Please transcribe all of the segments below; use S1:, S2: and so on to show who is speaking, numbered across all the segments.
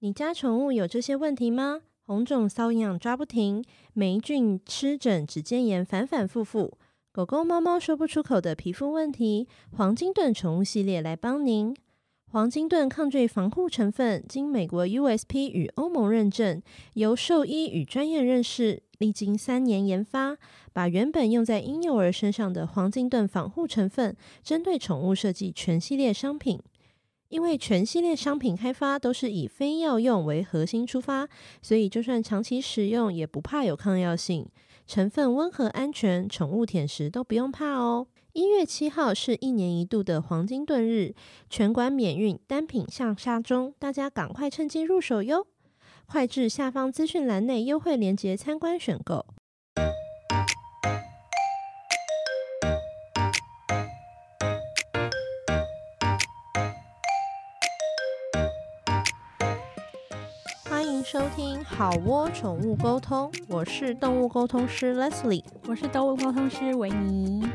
S1: 你家宠物有这些问题吗？红肿、瘙痒抓不停，霉菌、湿疹、指尖炎反反复复，狗狗、猫猫说不出口的皮肤问题，黄金盾宠物系列来帮您。黄金盾抗菌防护成分经美国 USP 与欧盟认证，由兽医与专业人士历经三年研发，把原本用在婴幼儿身上的黄金盾防护成分，针对宠物设计全系列商品。因为全系列商品开发都是以非药用为核心出发，所以就算长期使用也不怕有抗药性。成分温和安全，宠物舔食都不用怕哦。一月七号是一年一度的黄金盾日，全馆免运，单品上下中，大家赶快趁机入手哟！快至下方资讯栏内优惠链接参观选购。欢迎收听好窝宠物沟通，我是动物沟通师 Leslie。
S2: 我是动物沟通师维尼。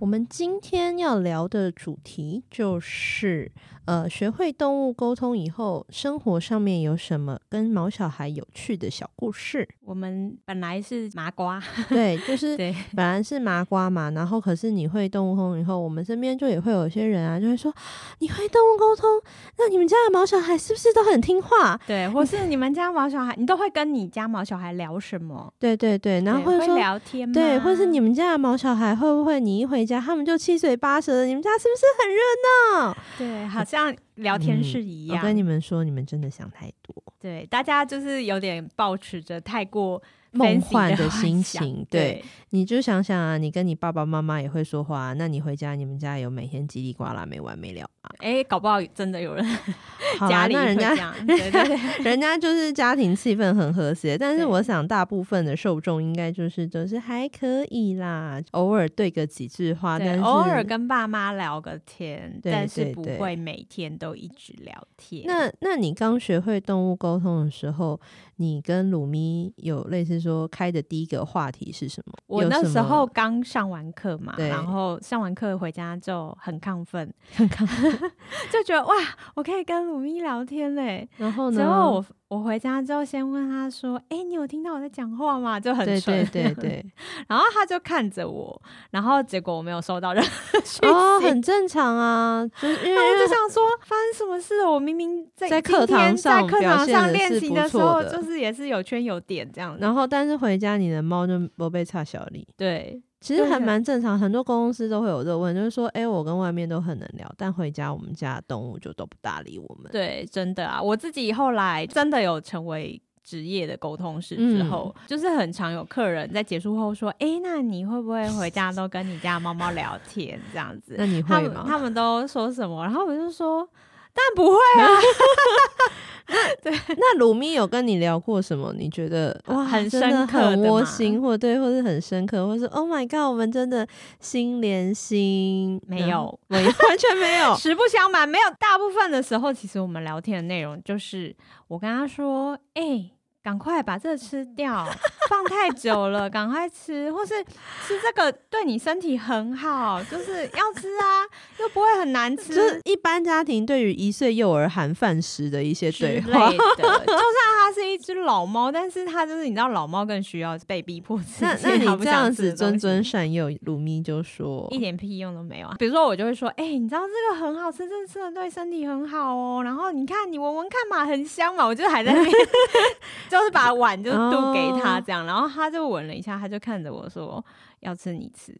S1: 我们今天要聊的主题就是，呃，学会动物沟通以后，生活上面有什么跟毛小孩有趣的小故事？
S2: 我们本来是麻瓜，
S1: 对，就是
S2: 对，
S1: 本来是麻瓜嘛，然后可是你会动物沟通以后，我们身边就也会有一些人啊，就会说你会动物沟通，那你们家的毛小孩是不是都很听话？
S2: 对，或是你们家毛小孩，你都会跟你家毛小孩聊什么？
S1: 对对对，然后
S2: 对
S1: 或者说
S2: 会。聊天吗？
S1: 对，或是你们家的毛小孩会不会你一回家他们就七嘴八舌的？你们家是不是很热闹？
S2: 对，好像聊天室一
S1: 我
S2: 样。
S1: 嗯跟你们说，你们真的想太多。
S2: 对，大家就是有点抱持着太过
S1: 梦
S2: fancy
S1: 幻
S2: 的
S1: 的
S2: 幻
S1: 心
S2: 想
S1: 情， 对，
S2: 对
S1: 你就想想啊，你跟你爸爸妈妈也会说话、啊那你回家，你们家有每天叽里呱啦没完没了吗？
S2: 哎、搞不好真的有人
S1: 好啦，
S2: 家里
S1: 那
S2: 会
S1: 人
S2: 这
S1: 家
S2: 样，对 对对，
S1: 人家就是家庭气氛很和谐，但是
S2: 对
S1: 我想大部分的受众应该就是都是还可以啦，偶尔对个几句话，但
S2: 对
S1: 是
S2: 偶尔跟爸妈聊个天，
S1: 对
S2: 但是
S1: 对
S2: 不
S1: 对
S2: 会每天都一直聊天。
S1: 那那你刚学会动物沟通的时候，你跟鲁咪有类似说开的第一个话题是什么？
S2: 我
S1: 有
S2: 那
S1: 什
S2: 时候
S1: 么
S2: 刚上完课嘛，
S1: 对
S2: 然后上完课回家就很亢 奋，很亢奋，就觉得哇，我可以跟鲁咪聊天嘞。
S1: 然后呢？
S2: 之后我我回家之后先问他说：“哎、你有听到我在讲话吗？”就很
S1: 对对
S2: 蠢，
S1: 对对，
S2: 然后他就看着我，然后结果我没有收到任何讯息。
S1: 哦，很正常啊，就是因
S2: 然后
S1: 为
S2: 我就想说，发生什么事了？我明明在
S1: 在
S2: 今
S1: 课堂
S2: 天在
S1: 上
S2: 课
S1: 表
S2: 堂
S1: 现
S2: 上
S1: 得
S2: 练
S1: 是
S2: 习
S1: 不
S2: 的时
S1: 错
S2: 候，
S1: 的
S2: 就是也是有圈有点这样子。
S1: 然后但是回家你的猫就不被差小力。
S2: 对
S1: 其实
S2: 对啊
S1: 还
S2: 的
S1: 蛮正常，很多公司都会有这个问题，就是说，哎、我跟外面都很能聊，但回家我们家的动物就都不搭理我们。
S2: 对，真的啊，我自己后来真的有成为。职业的沟通师之
S1: 嗯
S2: 后，就是很常有客人在结束后说：“哎、那你会不会回家都跟你家猫猫聊天这样子？”
S1: 那你
S2: 他
S1: 会
S2: 们
S1: 吗？
S2: 他们都说什么？然后我就说：“但不会啊，
S1: 那鲁咪有跟你聊过什么？你觉得哇，
S2: 很
S1: 真的
S2: 深刻
S1: 很
S2: 的
S1: 窝
S2: 吗
S1: 心，或对，或是很深刻，或是 Oh my God，我们真的心连心？
S2: 没
S1: 然后
S2: 有，
S1: 我也 完全没 有。
S2: 实不相瞒，没有。大部分的时候，其实我们聊天的内容就是我跟他说：‘哎、赶快把这吃 掉，放太久了，赶快吃，或是吃这个对你身体很好，就是要吃啊，又不会很难
S1: 就
S2: 吃。’
S1: 是一般家庭对于一岁幼儿含饭食的一些
S2: 之
S1: 对
S2: 类
S1: 话，
S2: 的，就算它是一只老猫，但是它就是你知道，老猫更需要被逼迫吃
S1: 那
S2: 一些
S1: 那
S2: 它
S1: 你
S2: 不
S1: 这
S2: 想
S1: 样
S2: 吃的
S1: 子谆
S2: 东西
S1: 谆善诱，鲁咪就说
S2: 一点屁用都没有啊。比如说，我就会说，哎、你知道这个很好吃，这个吃的对身体很好哦。然后你看，你闻闻看嘛，很香嘛。我就还 在那边，就是把碗就
S1: 哦
S2: 渡给他这样，然后他就闻了一下，他就看着我说，要吃你吃。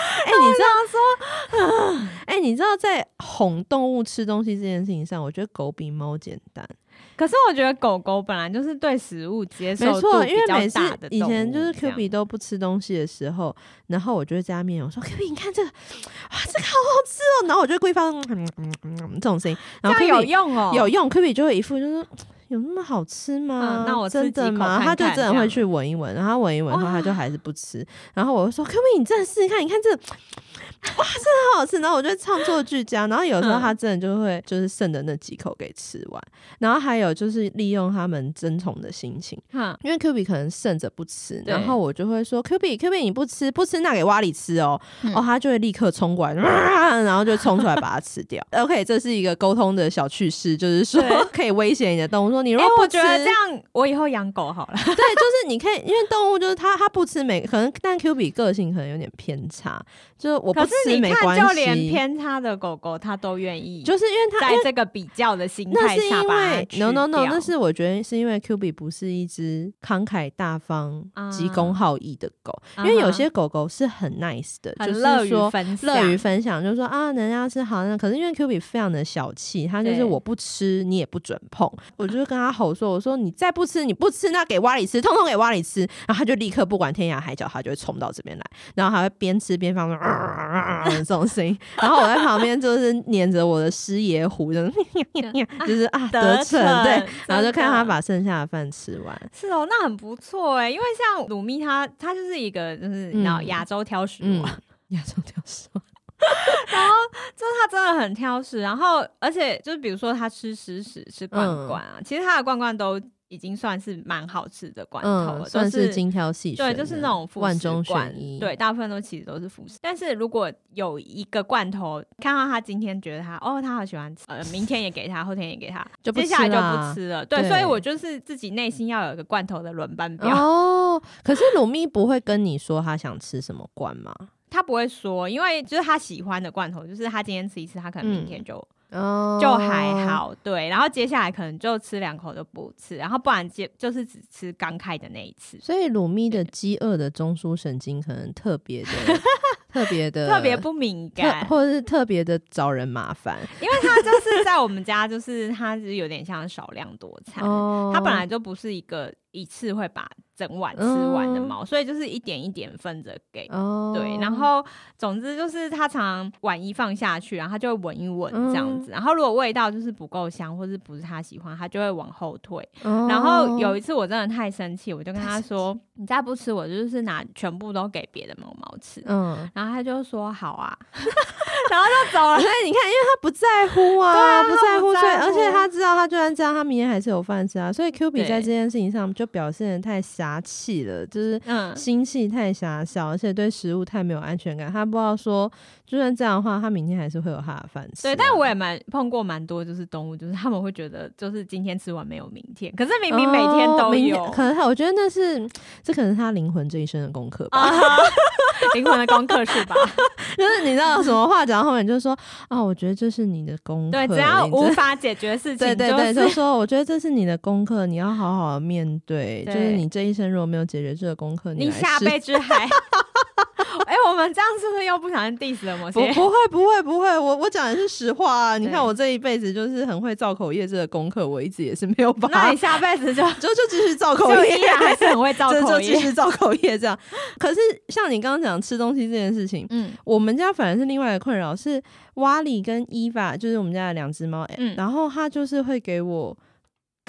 S1: 哎、你知道说，哎、你知道在哄动物吃东西这件事情上，我觉得狗比猫简单。
S2: 可是我觉得狗狗本来就是对食物接
S1: 没
S2: 受度
S1: 错，因
S2: 比
S1: 为
S2: 较
S1: 每次
S2: 大的
S1: 以前就是 Q
S2: Q
S1: 比都不吃东西的时候，然后我就会在他面前我说 Q 比，你看这个，哇，这个好好吃哦。然后我就会故意 发出嗯嗯嗯嗯这种声音，然后
S2: 这
S1: Q
S2: 样有
S1: 比
S2: 用哦，
S1: 有用，Q 比就会一副就是。有那么好吃吗？
S2: 嗯那我吃
S1: 真的
S2: 几口
S1: 吗？
S2: 看
S1: 他就
S2: 看
S1: 真的
S2: 这
S1: 会
S2: 样
S1: 去闻一闻，然后他闻一闻后，他就还是不吃。然后我就说：“Q 比，你真的试试看，你看这个真的好好吃。然后我就创作俱佳，然后有时候
S2: 嗯
S1: 它真的就会就是剩的那几口给吃完，然后还有就是利用他们争宠的心情。
S2: 哈，
S1: 因为 Q B 可能剩着不吃，
S2: 对
S1: 然后我就会说 Q B Q B 你不吃不吃那给蛙里吃哦，
S2: 嗯
S1: 哦他就会立刻冲过来， 啊然后就冲出来把它吃掉。OK，这是一个沟通的小趣事，就是说
S2: 对
S1: 可以威胁你的动物，说你
S2: 因
S1: 如
S2: 为
S1: 果不
S2: 哎我
S1: 吃，
S2: 觉得这样，我以后养狗好了。
S1: 对，就是你可以，因为动物就是它它不吃每可能，但 Q B 个性可能有点偏差，就是我不
S2: 可是
S1: 吃
S2: 你
S1: 没
S2: 看，
S1: 关系，
S2: 就连偏差的狗狗，它都愿意，
S1: 就是因为它
S2: 在
S1: 因为
S2: 这个比较的心
S1: 那
S2: 态
S1: 是
S2: 下
S1: 因
S2: 把它
S1: 为
S2: 去
S1: no no no，
S2: 掉
S1: 那是我觉得是因为 Q B 不是一只慷慨大方、急公
S2: 啊
S1: 好义的狗，因
S2: 啊
S1: 为有
S2: 哈
S1: 些狗狗是很 nice 的，就
S2: 很乐
S1: 是
S2: 于
S1: 说
S2: 分享，
S1: 乐于分享，就是说啊，人家吃好那，可是因为 Q B 非常的小气，他就是
S2: 对
S1: 我不吃，你也不准碰。我就跟他吼说，我说你再不吃，你不吃那给蛙里吃，通通给蛙里吃。然后他就立刻不管天涯海角，他就会冲到这边来，然后还会边吃边放、啊、这种声音。然后我在旁边就是黏着我的师爷壶， 就是就是啊得逞对，然后就看他
S2: 把。
S1: 把剩下的饭吃完。
S2: 是哦，那很不错哎，因为像鲁咪它，它就是一个就是你知道
S1: 嗯
S2: 亚洲挑食
S1: 嗯
S2: 王，，
S1: 亚洲雕兽，
S2: 就是它真的很挑食。然后，而且就是比如说它吃食食吃罐
S1: 嗯
S2: 罐啊，其实它的罐罐都已经算是蛮好吃的罐头
S1: 嗯，
S2: 了，都
S1: 算
S2: 是
S1: 是精挑细选
S2: 对，
S1: 的，
S2: 就是那种副食
S1: 万中
S2: 罐
S1: 选一，
S2: 对，大部分都其实都是副食。但是如果有一个罐头，看到他今天觉得他哦，他好喜欢吃，呃，明天也给他，后天也给他，
S1: 就不
S2: 接下来就
S1: 啦
S2: 不吃了。对，
S1: 对
S2: 所以我就是自己内心要有一个罐头的轮班表，
S1: 哦，可是鲁咪不会跟你说他想吃什么罐吗？
S2: 他不会说，因为就是他喜欢的罐头，就是他今天吃一次，他可能明天就、
S1: 嗯哦
S2: 就还。好，对。然后接下来可能就吃两口都不吃，然后不然接就是只吃刚开的那一次。
S1: 所以鲁咪的饥饿的中枢神经可能特别 的、特别的、
S2: 特别不敏感
S1: 特，或者是特别的找人麻烦。
S2: 因为他就是在我们家，就是他是有点像少量多餐，
S1: 哦
S2: 他本来就不是一个一次会把整碗吃完
S1: 嗯
S2: 的猫，所以就是一点一点分着给。
S1: 哦，
S2: 对，然后总之就是他常碗一放下去，然后他就会闻一闻这样子，然后如果味道就是不够香，或是不是他喜欢，他就会往后退。
S1: 哦
S2: 然后有一次我真的太生气，我就跟他说：“你再不吃，我就是拿全部都给别的猫猫吃。
S1: 嗯，
S2: 然后他就说：“好啊。” 然后就走了
S1: 所。哎以你看，因为他不在乎啊，
S2: 对啊他
S1: 不在
S2: 不
S1: 乎，
S2: 在
S1: 所以而
S2: 乎
S1: 且他知道，他就算这样，他明天还是有饭吃啊。所以 Q 比
S2: 对
S1: 在这件事情上就表现的太侠气了，就是
S2: 嗯，
S1: 心气太狭小，而且对食物太没有安全感。他不知道说，就算这样的话，他明天还是会有他的饭吃啊、
S2: 对，但我也蛮碰过蛮多，就是动物，就是他们会觉得，就是今天吃完没有明天，可是明明每天
S1: 哦
S2: 都
S1: 明
S2: 有
S1: 可能他我觉得那是这可能是他灵魂这一生的功课吧。
S2: 啊哈，灵魂的功课是吧？
S1: 就是你知道什么话讲到后面，你就说啊，我觉得这是你的功课，
S2: 对，只要
S1: 你
S2: 无
S1: 这
S2: 法解决事情，
S1: 对对对，
S2: 就
S1: 就是说我觉得这是你的功课，你要好好面对。
S2: 对
S1: 就是你这一生如果没有解决这个功课，
S2: 你
S1: 来
S2: 下
S1: 试
S2: 辈子还。 哎、我们这样是不是又不小心 diss 了某
S1: 不
S2: 些？
S1: 不会不会不会，我我讲的是实话啊！你
S2: 对
S1: 看我这一辈子就是很会造口业这个功课，我一直也是没有把
S2: 那
S1: 它
S2: 你下辈子就
S1: 就就继续造 口
S2: 就
S1: 业
S2: 依，然还是很会 造
S1: 就
S2: 口
S1: 就继
S2: 业。
S1: 续造口业这样。可是像你刚刚讲吃东西这件事情，
S2: 嗯，
S1: 我们家反而是另外的困扰，是瓦里跟伊娃，就是我们家的两只猫，
S2: 嗯
S1: 然后它就是会给我。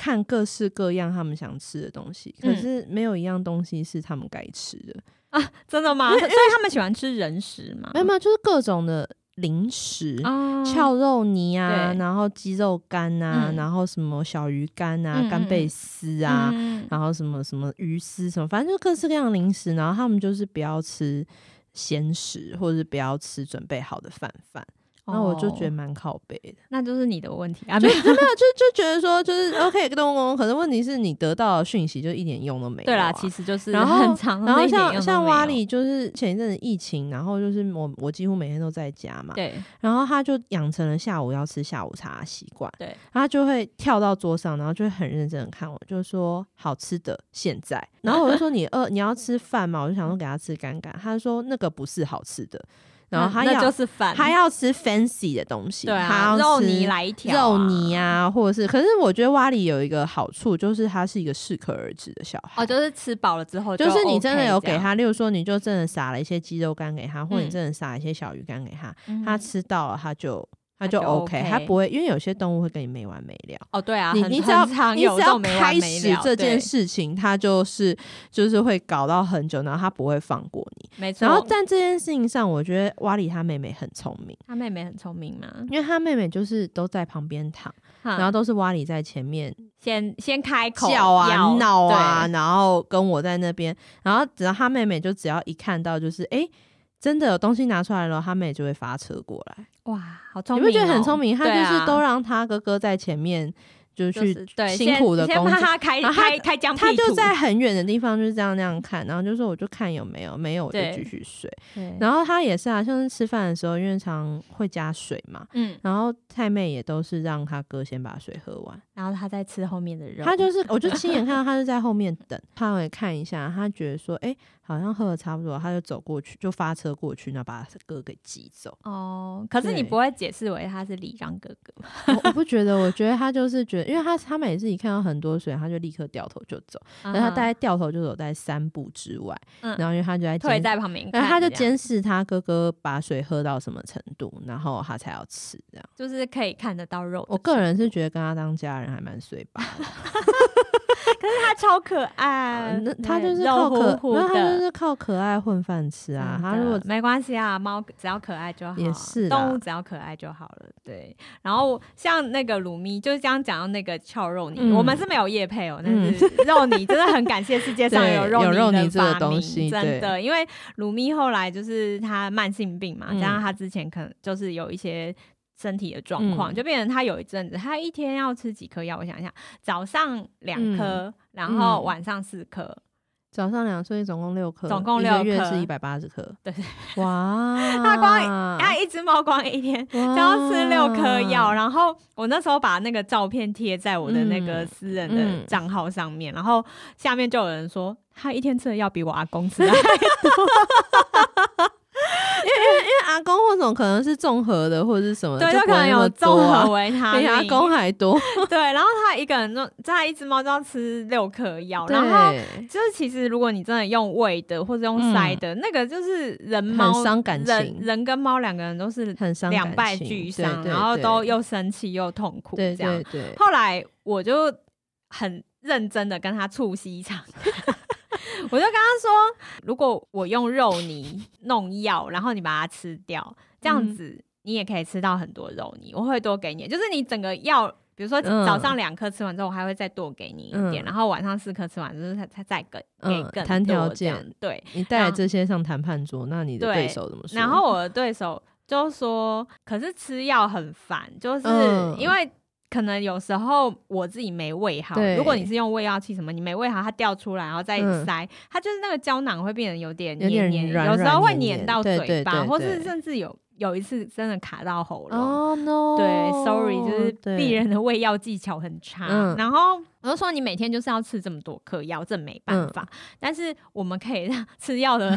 S1: 看各式各样他们想吃的东西，可
S2: 嗯
S1: 是没有一样东西是他们该吃的。
S2: 真的吗？所以他们喜欢吃人食吗？
S1: 没有没有，就是各种的零食
S2: 啊，
S1: 翘肉泥啊，
S2: 对
S1: 然后鸡肉干啊，
S2: 嗯
S1: 然后什么小鱼干啊、
S2: 嗯嗯
S1: 干贝丝啊，
S2: 嗯
S1: 然后什么什么鱼丝什么，反正就各式各样的零食。然后他们就是不要吃咸食，或者是不要吃准备好的饭饭。那我就觉得
S2: 哦
S1: 蛮靠北的，
S2: 那就是你的问题啊，
S1: 就
S2: 没有
S1: 就没有就就觉得说就是 OK 动工，可是问题是你得到的讯息就一点用都没有、啊。
S2: 对啦，其实就是
S1: 然后
S2: 很长，
S1: 然后
S2: 那一点用
S1: 像
S2: 都
S1: 像
S2: 没
S1: 蛙
S2: 有，
S1: 里就是前一阵子疫情，然后就是我我几乎每天都在家嘛，
S2: 对
S1: 然后他就养成了下午要吃下午茶的习惯，
S2: 对，
S1: 然后他就会跳到桌上，然后就会很认真的看我，就说好吃的现在，然后我就说你饿你要吃饭嘛，我就想说给他吃干干，他就说那个不是好吃的，然后他
S2: 嗯那
S1: 要、
S2: 那就是饭，
S1: 他要吃 fancy 的东西，
S2: 对
S1: 他
S2: 啊，
S1: 要
S2: 肉
S1: 吃
S2: 泥来一条啊，
S1: 肉泥啊，或者是，可是我觉得蛙里有一个好处，就是他是一个适可而止的小孩，
S2: 哦，就是吃饱了之后
S1: 就是你
S2: 哦 OK
S1: 真的有给
S2: 这样，
S1: 他，例如说你就真的撒了一些鸡肉干给他，或者你
S2: 嗯
S1: 真的撒一些小鱼干给他，
S2: 嗯
S1: 他吃到了他就它就
S2: 它就
S1: OK，它
S2: OK
S1: 不会，因为有些动物会跟你没完没了。
S2: 哦，对啊，
S1: 你
S2: 很
S1: 你只
S2: 很
S1: 要
S2: 常
S1: 你
S2: 有
S1: 只
S2: 这
S1: 要
S2: 种没完
S1: 开
S2: 没
S1: 始
S2: 了
S1: 这件
S2: 对
S1: 事情，它就是就是会搞到很久，然后它不会放过你。
S2: 没错。
S1: 然后但这件事情上，我觉得瓦里他妹妹很聪明，
S2: 他妹妹很聪明嘛，
S1: 因为他妹妹就是都在旁边躺，然
S2: 然
S1: 后都是瓦里在前面
S2: 先先开嗯口
S1: 叫啊
S2: 要
S1: 闹啊，
S2: 对
S1: 然后跟我在那边，然后只要他妹妹就只要一看到就是哎。诶真的有东西拿出来了，他妹就会发车过来。
S2: 哇，
S1: 你
S2: 好聪明、哦，
S1: 不觉得很聪明？他
S2: 对
S1: 就是都
S2: 啊
S1: 让他哥哥在前面，就
S2: 就是是对
S1: 辛苦的
S2: 先
S1: 工
S2: 先
S1: 作
S2: 帮，他开
S1: 然后他
S2: 开开疆
S1: 他
S2: 辟
S1: 就
S2: 土
S1: 在很远的地方就是这样那样看，然后就说我就看有没有，没有我就
S2: 对
S1: 继续睡。
S2: 对
S1: 然后他也是啊，像是吃饭的时候，因为常会加水嘛，
S2: 嗯，
S1: 然后太妹也都是让他哥先把水喝完，
S2: 然后他在吃后面的肉，
S1: 他就是我就 亲眼看到他就在后面等，他会看一下，他觉得说哎、诶好像喝的差不多，他就走过去就发车过去，然后把他哥给挤走。
S2: 哦，可是你
S1: 对
S2: 不会解释为他是李让哥哥吗？
S1: 我我不觉得，我觉得他就是觉得，因为他他每次一看到很多水，他就立刻掉头就走，然后他
S2: 嗯
S1: 大概掉头就走在三步之外，
S2: 嗯
S1: 然后因为他就在
S2: 退
S1: 监
S2: 在旁边看这
S1: 然后
S2: 样，
S1: 他就监视他哥哥把水喝到什么程度，然后他才要吃这样。
S2: 就是可以看得到肉的程度。
S1: 我个人是觉得跟他当家人还蛮 随吧，
S2: 他超可爱
S1: 嗯，那他
S2: 对
S1: 就是
S2: 肉
S1: 靠可，
S2: 乎乎
S1: 那他就
S2: 的。
S1: 是靠可爱混饭吃啊。
S2: 真
S1: 他
S2: 的
S1: 如果
S2: 没关系啊，猫只要可爱就好，
S1: 也是啦
S2: 动物只要可爱就好了。对，然后像那个鲁咪，就是刚刚讲到那个俏肉泥，
S1: 嗯
S2: 我们是没有叶配哦，但是肉泥真的很感谢世界上
S1: 对
S2: 肉
S1: 有肉泥
S2: 的
S1: 这个
S2: 发
S1: 东
S2: 明
S1: 西
S2: 真的，因为鲁咪后来就是他慢性病嘛，
S1: 嗯
S2: 加上他之前可能就是有一些。身体的状况、
S1: 嗯
S2: 就变成他有一阵子，他一天要吃几颗药？我想一下，早上两
S1: 嗯
S2: 颗，然后
S1: 嗯
S2: 晚上四颗，
S1: 早上两岁，总共六颗，
S2: 总共
S1: 一个
S2: 六
S1: 月
S2: 颗
S1: 是一百八十克。
S2: 对，
S1: 哇，
S2: 他光
S1: 嗯
S2: 哎，一只猫光一天
S1: 就
S2: 就要吃六颗
S1: 啊
S2: 药，，然后我那时候把那个照片贴在我的那个
S1: 嗯
S2: 私人
S1: 嗯
S2: 的账号上面，然后下面就有人说他一天吃的药比我阿公 吃的还
S1: 因为阿公或总可能是综合的或者是什么，
S2: 对，
S1: 就
S2: 就
S1: 不
S2: 可
S1: 会
S2: 能
S1: 那么
S2: 有综
S1: 多啊
S2: 合维他
S1: 比
S2: 命，
S1: 阿公还多。
S2: 对，然后他一个人就他一只猫就要吃六颗药，然后。
S1: 对，
S2: 就是其实，如果你真的用喂的或者用塞的，那个就是人猫
S1: 嗯很伤感
S2: 人
S1: 情
S2: 人跟猫两个人都是
S1: 很伤
S2: 两败
S1: 感情
S2: 俱
S1: 对
S2: 伤，
S1: 对
S2: 然后
S1: 对
S2: 都又生气又痛苦，
S1: 对
S2: 这样
S1: 对。对，
S2: 后来我就很认真的跟他促膝长谈， 我就跟他说，如果我用肉泥弄药，然后你把它吃掉，这样
S1: 嗯
S2: 子你也可以吃到很多肉泥，我会多给你，就是你整个药。比如说
S1: 嗯
S2: 早上两颗吃完之后，我还会再多给你一点，
S1: 嗯
S2: 然后晚上四颗吃完之后，再再再给给
S1: 嗯
S2: 更
S1: 谈条
S2: 多这样
S1: 件
S2: 对。
S1: 你带来
S2: 然后
S1: 这些上谈判桌，那你的
S2: 对
S1: 对手怎么说？
S2: 然后我的对手就说：“可是吃药很烦，就是
S1: 嗯
S2: 因为可能有时候我自己没喂好
S1: 对。
S2: 如果你是用喂药器什么，你没喂好，它掉出来然后再
S1: 嗯
S2: 塞，它就是那个胶囊会变得有点
S1: 有点
S2: 黏黏，
S1: 软
S2: 有时候
S1: 软
S2: 会
S1: 黏
S2: 黏
S1: 黏
S2: 到
S1: 对
S2: 嘴
S1: 对
S2: 巴，
S1: 对
S2: 或
S1: 对
S2: 是甚至有有一次真的卡到喉咙。
S1: 哦 no，
S2: 对，sorry，就是鄙。人的喂药技巧很差。
S1: 哦嗯
S2: 然后我就说你每天就是要吃这么多颗药，这没办法。但是我们可以让吃药的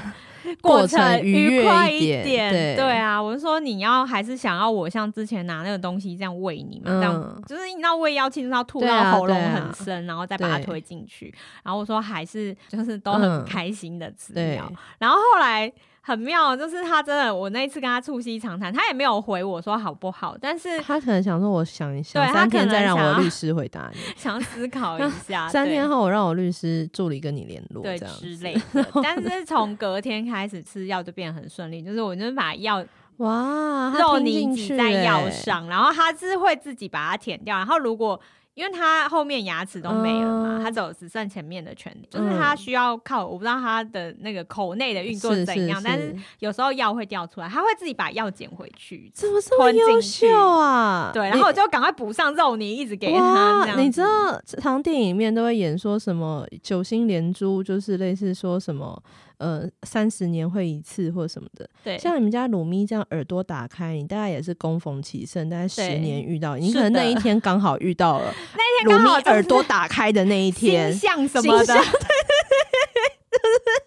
S1: 嗯过程
S2: 程
S1: 愉悦
S2: 愉快
S1: 一
S2: 点。
S1: 点对
S2: 啊，我就说你要还是想要我像之前拿那个东西这样喂你嘛，这样。
S1: 嗯，
S2: 就是你知道喂药器就是要吐
S1: 对
S2: 到
S1: 啊
S2: 喉咙
S1: 对啊
S2: 很深，然后再把它
S1: 对
S2: 推进去。然后我说还是就是都很
S1: 嗯
S2: 开心的吃
S1: 对
S2: 药，，然后后来很妙，就是他真的，我那一次跟他促膝长谈，他也没有回我说好不好，但是
S1: 他可能想说，我想一想，
S2: 对他
S1: 三天
S2: 可能
S1: 再让
S2: 想
S1: 我
S2: 要
S1: 律师回答你，，
S2: 想思考一 下
S1: 三天
S2: 后
S1: 后我让我律师助理跟你联络，
S2: 对
S1: 这样
S2: 之
S1: 子
S2: 类的。但是从隔天开始吃药就变得很顺利，就是我就是把药
S1: 哇，他
S2: 肉
S1: 听
S2: 泥
S1: 进
S2: 挤
S1: 去
S2: 在啊
S1: 欸
S2: 药，上，然后他是会自己把它舔掉，然后如果。因为他后面牙齿都没了嘛，
S1: 嗯
S2: 他走只剩前面的全脸，就是他
S1: 嗯
S2: 需要靠，我不知道他的那个口内的运作
S1: 是
S2: 怎样，但是有时候药会掉出来，他会自己把药捡回去，
S1: 怎么这么
S2: 吞进
S1: 优
S2: 去
S1: 秀啊？
S2: 对，然
S1: 你
S2: 后我就赶快补上肉泥，一直给他。这
S1: 哇，
S2: 样
S1: 你
S2: 子
S1: 知道，常电影里面都会演说什么九星连珠，就是类似说什么呃三十年会一次或什么的。
S2: 对，
S1: 像你们家鲁咪这样耳朵打开，你大概也是供逢其盛，大概十
S2: 对
S1: 年遇到，你
S2: 是
S1: 可能那
S2: 的
S1: 一天刚好遇到了
S2: 那
S1: 鲁
S2: 天
S1: 咪
S2: 刚好就是
S1: 耳朵打开的那一天
S2: 星。象什么
S1: 星
S2: 的，
S1: 象
S2: 对对对，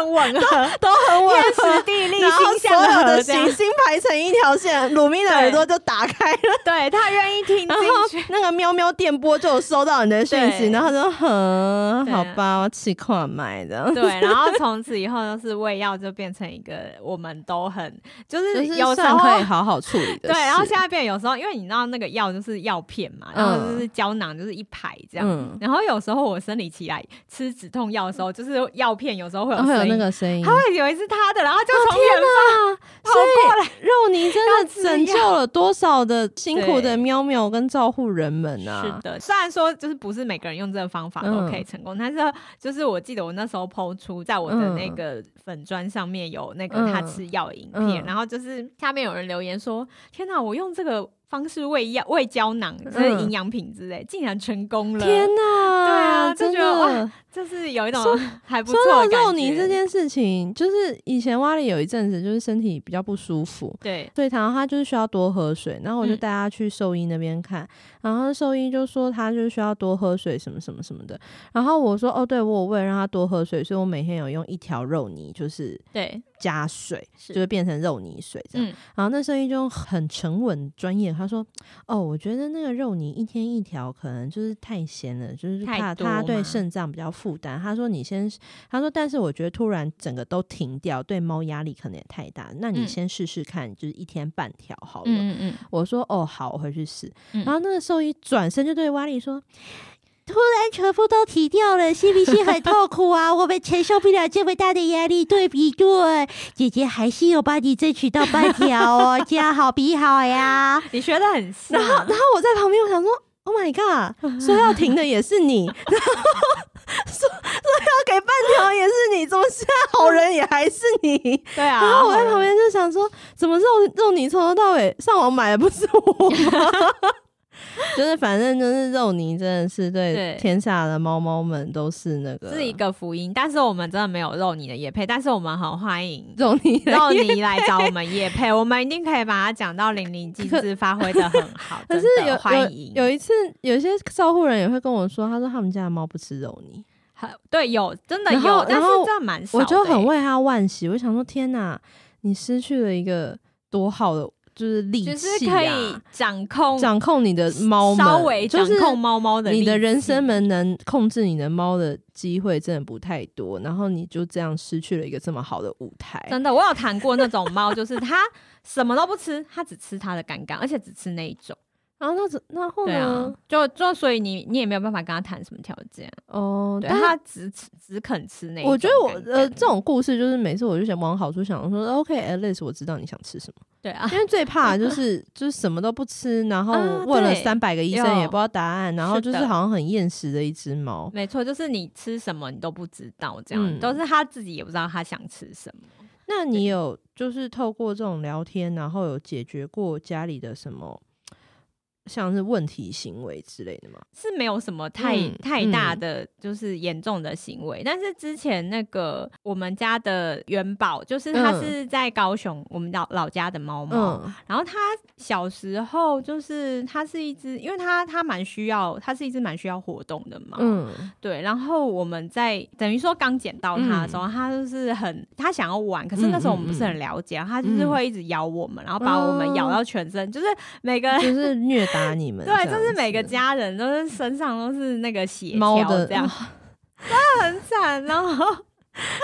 S2: 都很吻合，
S1: 都很吻
S2: 天
S1: 合
S2: 时。地利
S1: 然后
S2: 心
S1: 所
S2: 相
S1: 有
S2: 合
S1: 的
S2: 这样
S1: 行。星排成一条线，鲁咪的耳朵就打开了，
S2: 对他愿意听
S1: 然后
S2: 进去。
S1: 那个喵喵电波就有收到你的讯息，
S2: 对
S1: 然后就很
S2: 对啊
S1: 好吧，我气矿买 的，
S2: 对，然后从此以后就是胃药就变成一个我们都很就是
S1: 就是
S2: 有时
S1: 算哦
S2: 候
S1: 可以好好处理的
S2: 对，
S1: 事。
S2: 然后现在变有时候因为你知道那个药就是药片嘛，然后
S1: 嗯
S2: 就是胶囊就是一排这样，
S1: 嗯，
S2: 然后有时候我生理期来吃止痛药的时候，就是药片有时候会有
S1: 哦会有
S2: 声
S1: 那
S2: 音，
S1: 个声音，
S2: 他会以为是他的，然后就从远
S1: 啊，
S2: 跑过来，
S1: 肉泥真的拯救了多少的辛苦的
S2: 对
S1: 喵喵跟照护人们
S2: 是
S1: 啊！
S2: 的，虽然说就是不是每个人用这个方法都
S1: 嗯
S2: 可以成功，但是就是我记得我那时候抛出在我的那个粉砖上面有那个他吃药的影片，
S1: 嗯嗯嗯
S2: 然后就是下面有人留言说：“天哪，我用这个方式喂药喂胶囊，就是营养品之类，竟然成功了！”
S1: 嗯天哪，
S2: 对啊就
S1: 真
S2: 觉得
S1: 的
S2: 哇。就是有一种 还不
S1: 说
S2: 错
S1: 到
S2: 的感
S1: 肉泥
S2: 觉
S1: 这件事情，就是以前蛙里有一阵子就是身体比较不舒服，
S2: 对，
S1: 所以他他就是需要多喝水，然后我就
S2: 嗯
S1: 带他去兽医那边看，然后兽医就说他就是需要多喝水什么什么什么的，然后我说哦，对我有为了让他多喝水，所以我每天有用一条肉泥就是
S2: 对，
S1: 加水，
S2: 是
S1: 就会变成肉泥水这样。
S2: 嗯，
S1: 然后那兽医就很沉稳专业，他说哦，我觉得那个肉泥一天一条可能就是太咸了，就是
S2: 太
S1: 怕
S2: 多
S1: 他对
S2: 嘛
S1: 肾脏比较负担。他说你先，他说但是我觉得突然整个都停掉，对猫压力可能也太大，那你
S2: 嗯
S1: 先试试看，就是一天半条好了。
S2: 嗯嗯嗯，
S1: 我说哦好，我回去试。
S2: 嗯
S1: 然后那个兽医转身就对瓦力说：“突然全部都提掉了，是不是很痛苦啊？我们承受不了这么大的压力，对不对？姐姐还是有帮你争取到半条哦，这样好比好呀。”
S2: 你学的很像
S1: 然后，然后我在旁边，我想说，Oh my god，说要停的也是你，然后说说要给半条也是你，怎么现在好人也还是 你？
S2: 对啊，
S1: 然后我在旁边就想说，怎么肉肉泥从头到尾上网买的不是我吗？ 就是反正就是肉泥真的是对
S2: 对
S1: 天下的猫猫们都是那个
S2: 是一个福音，但是我们真的没有肉你的也配，但是我们很欢迎
S1: 肉 泥的
S2: 肉泥来找我们叶配，我们一定可以把它讲到淋漓尽致，发挥的很好。
S1: 可是
S2: 真的
S1: 有
S2: 欢迎
S1: 有有一次，有些照护人也会跟我说，他说他们家的猫不吃肉泥，
S2: 很对有真的
S1: 然后
S2: 有，但
S1: 然
S2: 是
S1: 后
S2: 真的蛮少的
S1: 我
S2: 欸。
S1: 就很为他惋惜。我想说，天哪，你失去了一个多好的就是力气、啊，
S2: 就是可以掌控
S1: 掌控你的猫们，
S2: 稍微掌
S1: 就是
S2: 控猫猫的
S1: 你的
S2: 力
S1: 人
S2: 气
S1: 生们能控制你的猫的机会真的不太多，然后你就这样失去了一个这么好的舞台。
S2: 真的，我有谈过那种猫，就是它什么都不吃，它只吃它的干干，而且只吃那一种。
S1: 然后那怎然后
S2: 对啊
S1: 呢？，
S2: 就就所以你你也没有办法跟它谈什么条件，啊
S1: 哦，
S2: 对，
S1: 但
S2: 它只吃只肯吃那一种
S1: 我
S2: 干
S1: 觉
S2: 干。
S1: 得我呃这种故事就是每次我就想往好处想，说 OK，at least 我知道你想吃什么，
S2: 对啊，
S1: 因为最怕的就是就是什么都不吃，然后
S2: 啊
S1: 问了
S2: 对
S1: 三百个医生
S2: 有
S1: 也不知道答案，然后
S2: 是
S1: 就是
S2: 的嗯
S1: 好像很厌食的一只猫。
S2: 没错，就是你吃什么你都不知道，这样、
S1: 嗯
S2: 都是他自己也不知道他想吃什么。
S1: 那你有就是透过这种聊天，然后有解决过家里的什么像是问题行为之类的吗？
S2: 是没有什么太、
S1: 嗯
S2: 太大的就是严重的行为，但是之前那个我们家的元宝，就是它
S1: 嗯
S2: 是在高雄，我们老老家的猫猫，
S1: 嗯
S2: 然后它小时候就是它是一只，因为它它蛮需要，它是一只蛮需要活动的猫，
S1: 嗯
S2: 对，然后我们在等于说刚捡到它的时
S1: 嗯
S2: 候，它就是很它想要玩，可是那时候我们不是很了解，它
S1: 嗯
S2: 就是会一直咬我们，然后把我们咬到全身，就是每个，
S1: 就是虐打你哦 们这样
S2: 对，
S1: 子，
S2: 就是每个家人都是身上都是那个血
S1: 猫
S2: 条
S1: 的
S2: 这样，真的很惨，然后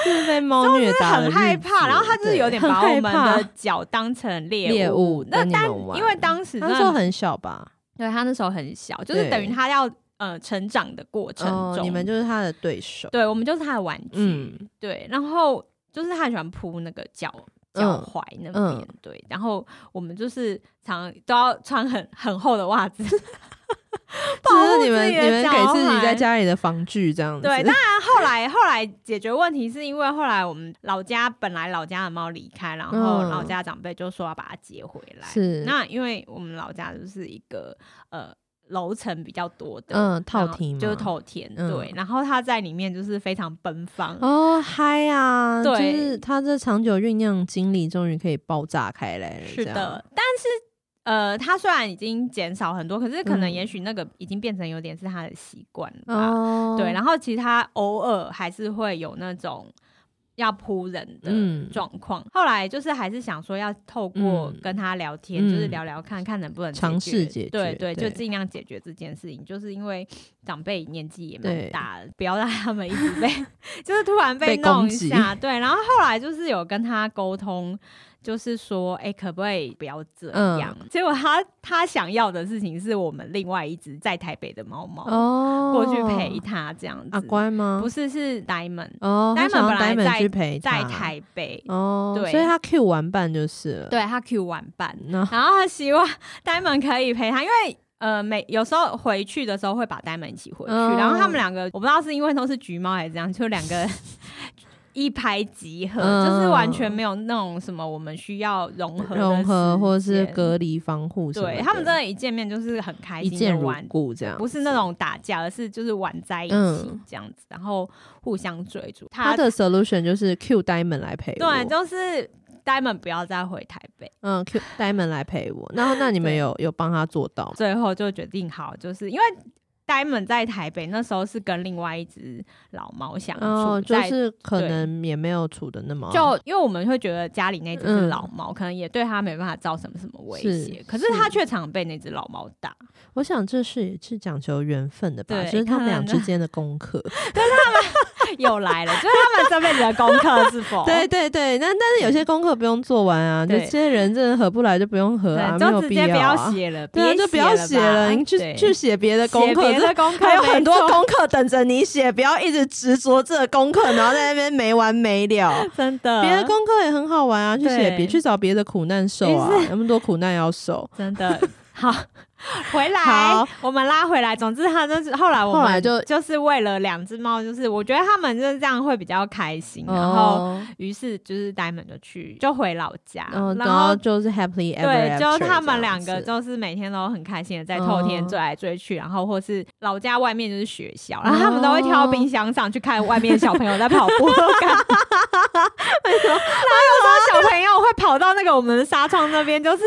S1: 就是被猫虐打的日
S2: 很
S1: 子，
S2: 害怕，然后它就是有点
S1: 对
S2: 把我
S1: 很
S2: 们
S1: 害
S2: 的
S1: 怕
S2: 脚当成猎
S1: 猎物
S2: 那
S1: 跟你
S2: 但
S1: 们玩
S2: 因为当时真
S1: 那
S2: 的
S1: 时候很小吧？
S2: 对它那时候很小，就是
S1: 对
S2: 等于它要呃成长的过程
S1: 哦，
S2: 中，
S1: 你们就是他的对手，
S2: 对我们就是它的玩具。
S1: 嗯
S2: 对，然后就是他很喜欢扑那个脚脚
S1: 嗯
S2: 踝那边，
S1: 嗯
S2: 对，然后我们就是常都要穿很很厚的袜 子，
S1: 就是
S2: 保护
S1: 你们
S2: 自己
S1: 你们
S2: 的脚
S1: 给自己在
S2: 踝。
S1: 家里的防具这样子，
S2: 对，当然后来后来解决问题是因为后来我们老家本来老家的猫离开，然后
S1: 嗯
S2: 老家长辈就说要把它接回来。
S1: 是
S2: 那因为我们老家就是一个呃楼层比较多的，
S1: 嗯套
S2: 然后
S1: 厅
S2: 就是
S1: 嘛
S2: 头田，
S1: 嗯
S2: 对，然后它在里面就是非常奔放，
S1: 哦嗨啊，就
S2: 对
S1: 是他这长久酝酿经历终于可以爆炸开来了，
S2: 是
S1: 这样，
S2: 的，但是呃，它虽然已经减少很多，可是可能
S1: 嗯
S2: 也许那个已经变成有点是他的习惯了吧。
S1: 哦，
S2: 对，然后其实他偶尔还是会有那种要扑人的
S1: 嗯
S2: 状况。后来就是还是想说要透过
S1: 嗯
S2: 跟他聊天，
S1: 嗯
S2: 就是聊聊看看能不能
S1: 尝试
S2: 解
S1: 解决
S2: 对对，
S1: 对
S2: 就尽量解决这件事情。就是因为长辈年纪也蛮
S1: 对
S2: 大了，不要让他们一直 被就是突然被
S1: 被
S2: 弄
S1: 攻
S2: 一
S1: 击
S2: 下。对，然后后来就是有跟他沟通。就是说，哎、可不可以不要这
S1: 嗯
S2: 样？结果他他想要的事情是我们另外一只在台北的猫猫、
S1: 哦，
S2: 过去陪他这样子。
S1: 阿关吗？
S2: 不
S1: 是
S2: 是是 Diamond
S1: 哦，他
S2: Diamond
S1: 想要
S2: 本来
S1: Diamond
S2: 在
S1: 去陪
S2: 在
S1: 他
S2: 台北，
S1: 哦，
S2: 对
S1: 所以他 Q 玩伴就是了。
S2: 对他 Q 玩伴，
S1: 那
S2: 然后他希望 Diamond 可以陪他，因为。呃，每有时候回去的时候会把 Diamond 一起回去，
S1: 嗯
S2: 然后他们两个我不知道是因为都是橘猫还是怎样，就两 个一拍即合，
S1: 嗯
S2: 就是完全没有那种什么我们需要融合的
S1: 融合
S2: 时
S1: 或是
S2: 间
S1: 隔离防护什么的，
S2: 对他们真的，一见面就是很开
S1: 一
S2: 心
S1: 见
S2: 的
S1: 如
S2: 玩
S1: 故这样，
S2: 不是那。种打架，而是就是玩在一起
S1: 嗯
S2: 这样子，然后互相追逐。
S1: 他的 solution 就是 Q Diamond 来陪我，
S2: 对，就是 Diamond 不要再回台北，
S1: 嗯，Q Diamond 来陪我。然后那你们
S2: 对
S1: 有有帮他做到吗？
S2: 最后就决定好，就是因为 Diamond 在台北那时候是跟另外一只老猫相处，
S1: 哦，就
S2: 在
S1: 是哦可
S2: 对
S1: 能也没有处的那么好
S2: 就因为我们会觉得家里那只是
S1: 嗯
S2: 老猫，可能也对它没办法造成什么威
S1: 是
S2: 胁，可是它
S1: 是
S2: 却常被那只老猫 打。
S1: 我想这是也是讲求缘分的吧，
S2: 对
S1: 就是他们
S2: 看
S1: 俩
S2: 来
S1: 之间的功 课。
S2: 又来了，就是他们这辈子的功课是 否
S1: 对对对，那但是有些功课不用做完啊，就
S2: 对
S1: 这些人真的合不来就不用合啊，
S2: 对，
S1: 没有
S2: 就直
S1: 必
S2: 接不要
S1: 啊。
S2: 写了，
S1: 对啊，
S2: 别
S1: 就不要
S2: 写
S1: 写
S2: 吧
S1: 了，你去
S2: 对
S1: 去写别的功
S2: 写
S1: 课，
S2: 别
S1: 这
S2: 的功课
S1: 还有
S2: 没
S1: 很多
S2: 错
S1: 功课等着你写，不要一直执着这个功课，然后在那边没完没了。
S2: 真的
S1: 别的功课也很好玩啊，去写
S2: 嗯对
S1: 别去找别的苦难受啊
S2: 于，
S1: 那么多苦难要受。
S2: 真 的好。回来
S1: 好，
S2: 我们拉回来。总之，他就是后来我们
S1: 后来就
S2: 就是为了两只猫，就是我觉得他们就是这样会比较开心。嗯然后，
S1: 哦，
S2: 于是就是 Diamond 就去就回老家，
S1: 嗯
S2: 啊
S1: 然
S2: 然后
S1: 后就是 happily ever
S2: 对，就
S1: after
S2: 他
S1: 这
S2: 们
S1: 样
S2: 两个
S1: 子
S2: 就是每天都很开心的在透天
S1: 哦
S2: 追来追去，然后或是老家外面就是学校，然后他们都会跳到冰箱上去看外面小朋友在跑 步干嘛。然后有时候小朋友会跑到那个我们的纱窗那边，就是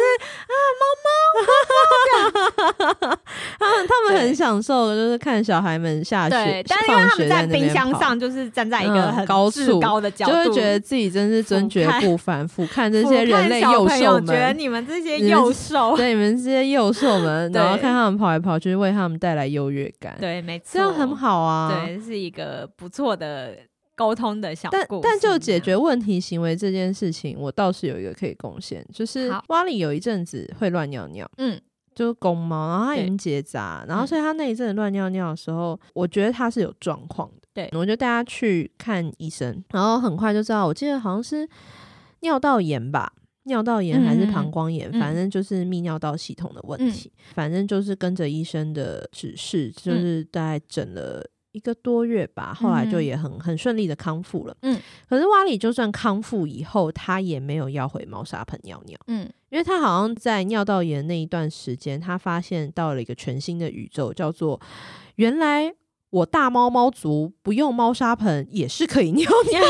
S1: 他们
S2: 对
S1: 很享受的就是看小孩们下
S2: 对
S1: 学，，
S2: 但是因为
S1: 放
S2: 他
S1: 学
S2: 们在
S1: 那
S2: 冰
S1: 边
S2: 箱
S1: 跑
S2: 上，就是站在一个
S1: 嗯
S2: 很
S1: 高
S2: 至
S1: 处
S2: 高的角
S1: 就
S2: 度，
S1: 会觉得自己真是尊爵不凡，俯瞰这些人类
S2: 我
S1: 幼
S2: 看小
S1: 兽
S2: 朋友觉得
S1: 们，
S2: 你们这些
S1: 你们
S2: 幼兽，
S1: 对你们这些幼兽 们，
S2: 对
S1: 然后看他们跑来跑去，为他们带来优越感，
S2: 对，没错，
S1: 这样很、好啊。
S2: 对，是一个不错的沟通的小
S1: 但
S2: 故事
S1: 但就解
S2: 这样。
S1: 决问题行为这件事情，我倒是有一个可以贡献，就是
S2: 好
S1: 蛙里有一阵子会乱尿尿。
S2: 嗯，
S1: 就是公猫，然后它已
S2: 对
S1: 经结扎，然后
S2: 嗯
S1: 所以它那一阵子乱尿尿的时候，我觉得它是有状况的。
S2: 对
S1: 我就带它去看医生，然后很快就知道，我记得好像是尿道炎吧，尿道炎还是
S2: 嗯嗯嗯
S1: 膀胱炎，
S2: 嗯
S1: 反正就是泌尿道系统的问题。反正就是跟着医生的指示，就
S2: 嗯
S1: 是大概整了。一个多月吧，后来就
S2: 嗯
S1: 也很很顺利的康复了。
S2: 嗯，
S1: 可是蛙里就算康复以后，它也没有要回猫砂盆尿尿。
S2: 嗯，
S1: 因为他好像在尿道炎那一段时间，他发现到了一个全新的宇宙，叫做原来我大猫猫族不用猫砂盆也是可以 尿尿。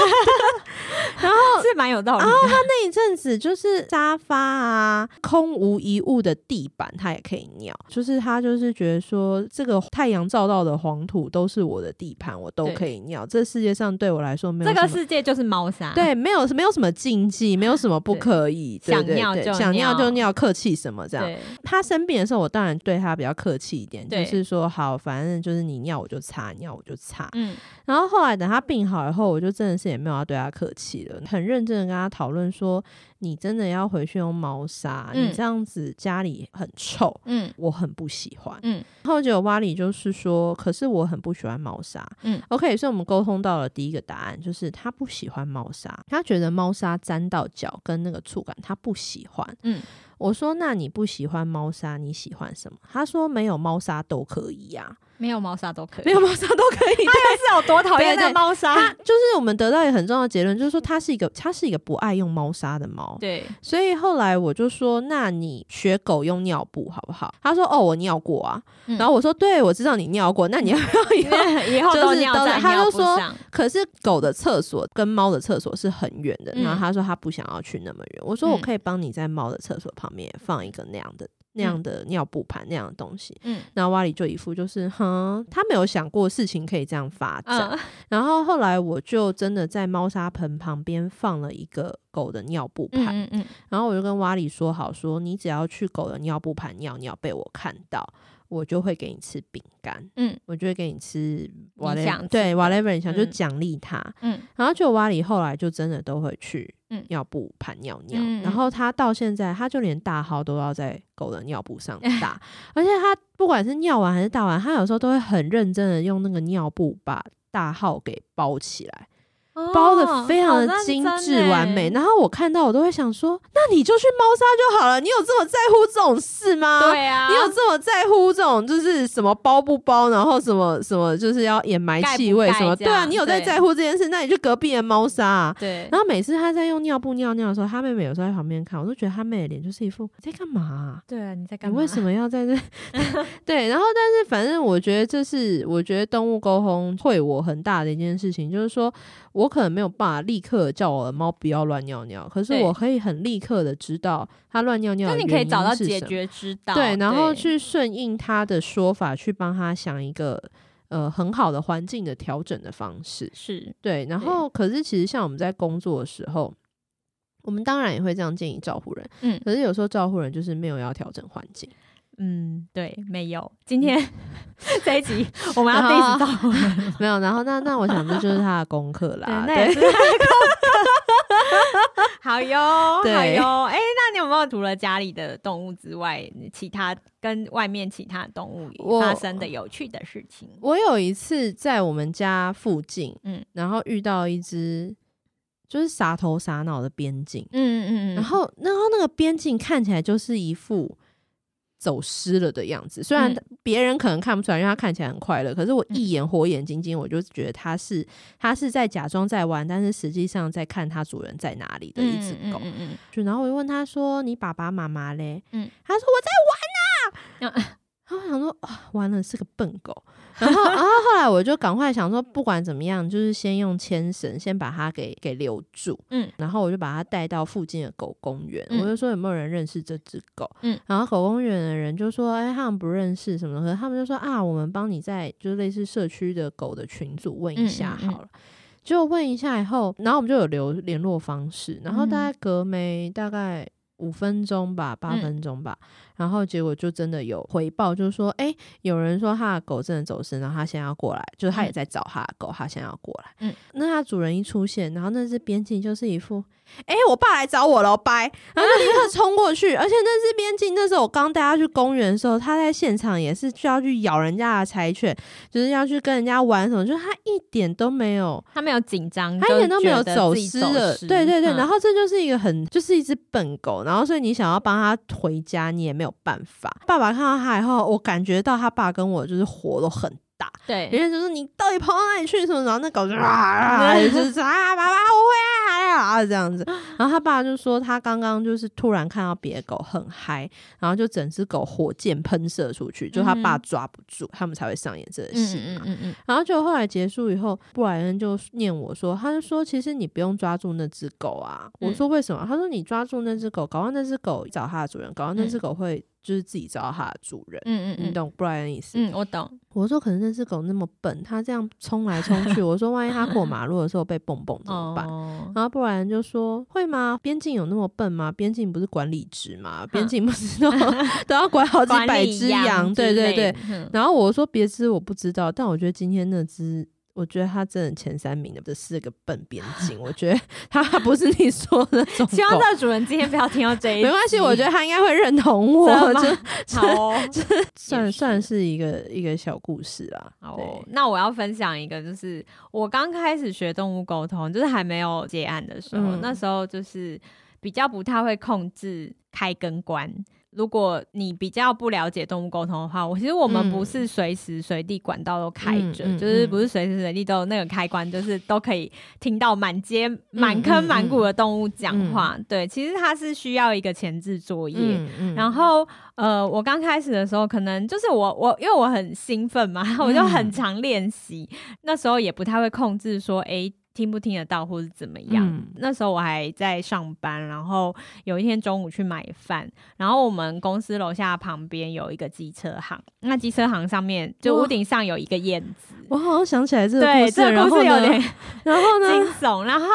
S2: 是蛮有道理
S1: 哦
S2: 的。
S1: 那一阵子就是沙发啊，空无一物的地板，它也可以尿。就是他就是觉得说，这个太阳照到的黄土都是我的地盘，我都
S2: 对
S1: 可以尿。这世界上对我来说没有
S2: 这个
S1: 什么
S2: 世界就是猫砂，，
S1: 对，没有没有什么禁忌，没有什么不
S2: 对
S1: 可以，啊对
S2: 想
S1: 对
S2: 尿
S1: 对
S2: 就
S1: 想尿
S2: 尿
S1: 就尿，客气什么这样。
S2: 对，
S1: 他生病的时候，我当然对他比较客气一点，就
S2: 对
S1: 是说好，反正就是你尿我就擦，尿我就擦。
S2: 嗯，
S1: 然后后来等他病好以后，我就真的是也没有要对他客气了，很认真的跟他讨论说，你真的要回去用猫砂，
S2: 嗯
S1: 你这样子家里很臭。
S2: 嗯，
S1: 我很不喜欢，
S2: 嗯，
S1: 然后结果蛙里就是说，可是我很不喜欢猫砂，
S2: 嗯
S1: ，OK，所以我们沟通到了第一个答案，就是他不喜欢猫砂，他觉得猫砂沾到脚跟那个触感，他不喜欢，
S2: 嗯，
S1: 我说那你不喜欢猫砂，你喜欢什么？他说没有猫砂都可以呀、
S2: 没有猫砂都可以。
S1: 没有猫砂都可以。对
S2: 但是有多讨厌
S1: 对
S2: 那
S1: 对
S2: 猫砂？
S1: 它就是我们得到一个很重要的结论，就是说它是一个它是一个不爱用猫砂的猫。
S2: 对，
S1: 所以后来我就说，那你学狗用尿布好不好？他说哦，我尿过啊。
S2: 嗯
S1: 然后我说对，我知道你尿过，那你要不 要以
S2: 因
S1: 后？
S2: 为以后
S1: 就
S2: 都
S1: 是
S2: 尿
S1: 都
S2: 在
S1: 在他
S2: 尿
S1: 就
S2: 布
S1: 说
S2: 上，
S1: 可是狗的厕所跟猫的厕所是很远的，
S2: 嗯
S1: 然后他说他不想要去那么远。我说
S2: 嗯
S1: 我可以帮你在猫的厕所旁边也放一个那样的那样的尿布盘那样的东西。
S2: 嗯
S1: 然后瓦里就一副就是，哼，他没有想过事情可以这样发展。
S2: 嗯
S1: 然后后来我就真的在猫砂盆旁边放了一个狗的尿布盘，
S2: 嗯嗯
S1: 然后我就跟瓦里说好说，你只要去狗的尿布盘尿尿被我看到，我就会给你吃饼干，
S2: 嗯，
S1: 我就会给你吃
S2: 你
S1: whatever，
S2: 想吃
S1: 对 whatever 你想、就
S2: 嗯
S1: 奖励他。
S2: 嗯
S1: 然后就瓦里后来就真的都会去
S2: 嗯
S1: 尿布盘尿尿，
S2: 嗯嗯
S1: 然后他到现在他就连大号都要在狗的尿布 上大，而且他不管是尿完还是大完，他有时候都会很认真的用那个尿布把大号给包起来，
S2: 嗯，
S1: 包的
S2: 哦
S1: 非
S2: 好
S1: 常的
S2: 认
S1: 精
S2: 真
S1: 致完
S2: 欸
S1: 美。然后我看到我都会想说，那你就去猫砂就好了，你有这么在乎这种事吗？
S2: 对啊，
S1: 你有这么在乎这种就是什么包不包，然后什么什么就是要掩埋
S2: 盖不
S1: 气味
S2: 盖
S1: 什么？
S2: 这
S1: 对啊，
S2: 样
S1: 你有在
S2: 对
S1: 在乎这件事，那你去隔壁的猫砂、啊。
S2: 对，
S1: 然后每次他在用尿布尿尿的时候，他妹妹有时候在旁边看，我都觉得他妹的脸就是一副你在干嘛啊、
S2: 对啊，你在
S1: 你
S2: 干嘛？
S1: 为什么要 在这？ 对，然后但是反正我觉得这是我觉得动物沟通会我很大的一件事情，就是说我可能没有办法立刻叫我的猫不要乱尿尿，可是
S2: 对
S1: 我可以很立刻的知道它乱尿尿
S2: 就
S1: 的
S2: 你可以
S1: 原
S2: 找
S1: 因
S2: 到
S1: 是
S2: 解
S1: 什么
S2: 决之道，
S1: 对，然后去顺应他的说法，去帮他想一个呃很好的环境的调整的方式。
S2: 是，
S1: 对，然后可是其实像我们在工作的时候，我们当然也会这样建议照护人，
S2: 嗯
S1: 可是有时候照护人就是没有要调整环境。
S2: 嗯，对，没有。今天 这一集我们要 diss 到我们了，
S1: 没有，然后那那我想这就是他的功课啦。
S2: 对，那
S1: 对，
S2: 也 是太空好哟，好
S1: 对
S2: 哟。哎，那你有没有除了家里的动物之外，其他跟外面其他动物
S1: 我
S2: 发生的有趣的事情？
S1: 我有一次在我们家附近，嗯
S2: 嗯，
S1: 然后遇到一只就是傻头傻脑的边境，
S2: 嗯嗯嗯，
S1: 然后然后那个边境看起来就是一副。走失了的样子，虽然
S2: 嗯
S1: 别人可能看不出来，因为他看起来很快乐，可是我一眼火眼金睛，我就觉得他是他是在假装在玩，但是实际上在看他主人在哪里的一只狗。
S2: 嗯嗯
S1: 就然后我就问他说：“你爸爸妈妈嘞？”
S2: 嗯
S1: 他说：“我在玩啊。然后我想说：“啊，完了，是个笨狗。”然后，然后后来我就赶快想说，不管怎么样，就是先用牵绳先把它给给留住。
S2: 嗯
S1: 然后我就把它带到附近的狗公园，
S2: 嗯
S1: 我就说有没有人认识这只狗？
S2: 嗯
S1: 然后狗公园的人就说：“哎，他们不认识什么的。”可是他们就说：“啊，我们帮你在就是类似社区的狗的群组问一下
S2: 嗯嗯嗯
S1: 好了。就问一下以后，然后我们就有留联络方式，然后大概隔没大概五分钟吧，八
S2: 嗯
S1: 分钟吧，然后结果就真的有回报，就是说，哎、有人说他的狗真的走失，然后他现在要过来，就是他也
S2: 嗯
S1: 在找他的狗，他现在要过来。
S2: 嗯，
S1: 那他主人一出现，然后那只边境就是一副，哎、我爸来找我了，拜，然后就立刻冲过去，而且那只边境那时候我刚带他去公园的时候，他在现场也是就要去咬人家的柴犬，就是要去跟人家玩什么，就是他一点都没有。
S2: 他没有紧张，
S1: 他一点都没有
S2: 走嗯
S1: 失了，对对对。然
S2: 后
S1: 后这就是一个很就是一只笨狗，然后所以你想要帮它回家，你也没有办法。爸爸看到它以后，我感觉到他爸跟我就是火都很大，
S2: 对，
S1: 人家就说你到底跑到哪里去什么，然后那
S2: 嗯
S1: 狗就啊啊， 啊就是说啊爸爸我回来了啊这样子。然后他爸就说他刚刚就是突然看到别的狗很嗨，然后就整只狗火箭喷射出去，就他爸
S2: 嗯
S1: 抓不住，他们才会上演这个戏嘛。
S2: 嗯嗯嗯嗯，
S1: 然后就后来结束以后，布莱恩就念我说，他就说其实你不用抓住那只狗啊。
S2: 嗯
S1: 我说为什么？他说你抓住那只狗，搞到那只狗找它的主人，搞到那只狗会就是自己找到它的主人。
S2: 嗯嗯嗯
S1: 你
S2: 嗯，
S1: 懂布莱恩意思？
S2: 嗯，我懂，
S1: 我说可是那只狗那么笨，它这样冲来冲 去，我说万一它过马路的时候被蹦蹦怎么办？
S2: 哦，
S1: 然后布莱恩就说：“会吗？边境有那么笨吗？边境不是管理职吗？边境不是都 都要管好几
S2: 管
S1: 百
S2: 理
S1: 只
S2: 羊
S1: 羊？对
S2: 之
S1: 对
S2: 类
S1: 对，
S2: 的，嗯
S1: 然后我说别只我不知道，但我觉得今天那只，我觉得它真的前三名的这四个笨边境，我 觉得它不是你说的那种
S2: 希望
S1: 狗
S2: 这个主人今天不要听到这一集，
S1: 没关系，我觉得它应该会认同我，
S2: 真的吗
S1: 就
S2: 好哦，
S1: 算
S2: 也是
S1: 算是一个一个小故事啦。
S2: 好哦
S1: 对，
S2: 那我要分享一个，就是我刚开始学动物沟通，就是还没有结案的时候，
S1: 嗯
S2: 那时候就是比较不太会控制开跟关。如果你比较不了解动物沟通的话，我其实我们
S1: 嗯
S2: 不是随时随地管道都开着，
S1: 嗯嗯
S2: 就是
S1: 嗯
S2: 不是随时随地都有那个开关，就是都可以听到满街满
S1: 嗯
S2: 坑满谷的动物讲话。对，其实它是需要一个前置作业。
S1: 嗯嗯
S2: 然后呃，我刚开始的时候，可能就是我我因为
S1: 嗯
S2: 我很兴奋嘛，我就很常练习。那时候也不太会控制说，诶，听不听得到或者怎么样。
S1: 嗯
S2: 那时候我还在上班，然后有一天中午去买饭，然后我们公司楼下旁边有一个机车行，那机车行上面就
S1: 哇
S2: 屋顶上有一个燕子。
S1: 我好像想起来这个故
S2: 对，
S1: 事，
S2: 这个
S1: 然
S2: 故
S1: 后
S2: 事有
S1: 呢
S2: 点
S1: 然后
S2: 惊
S1: 呢？
S2: 悚。然后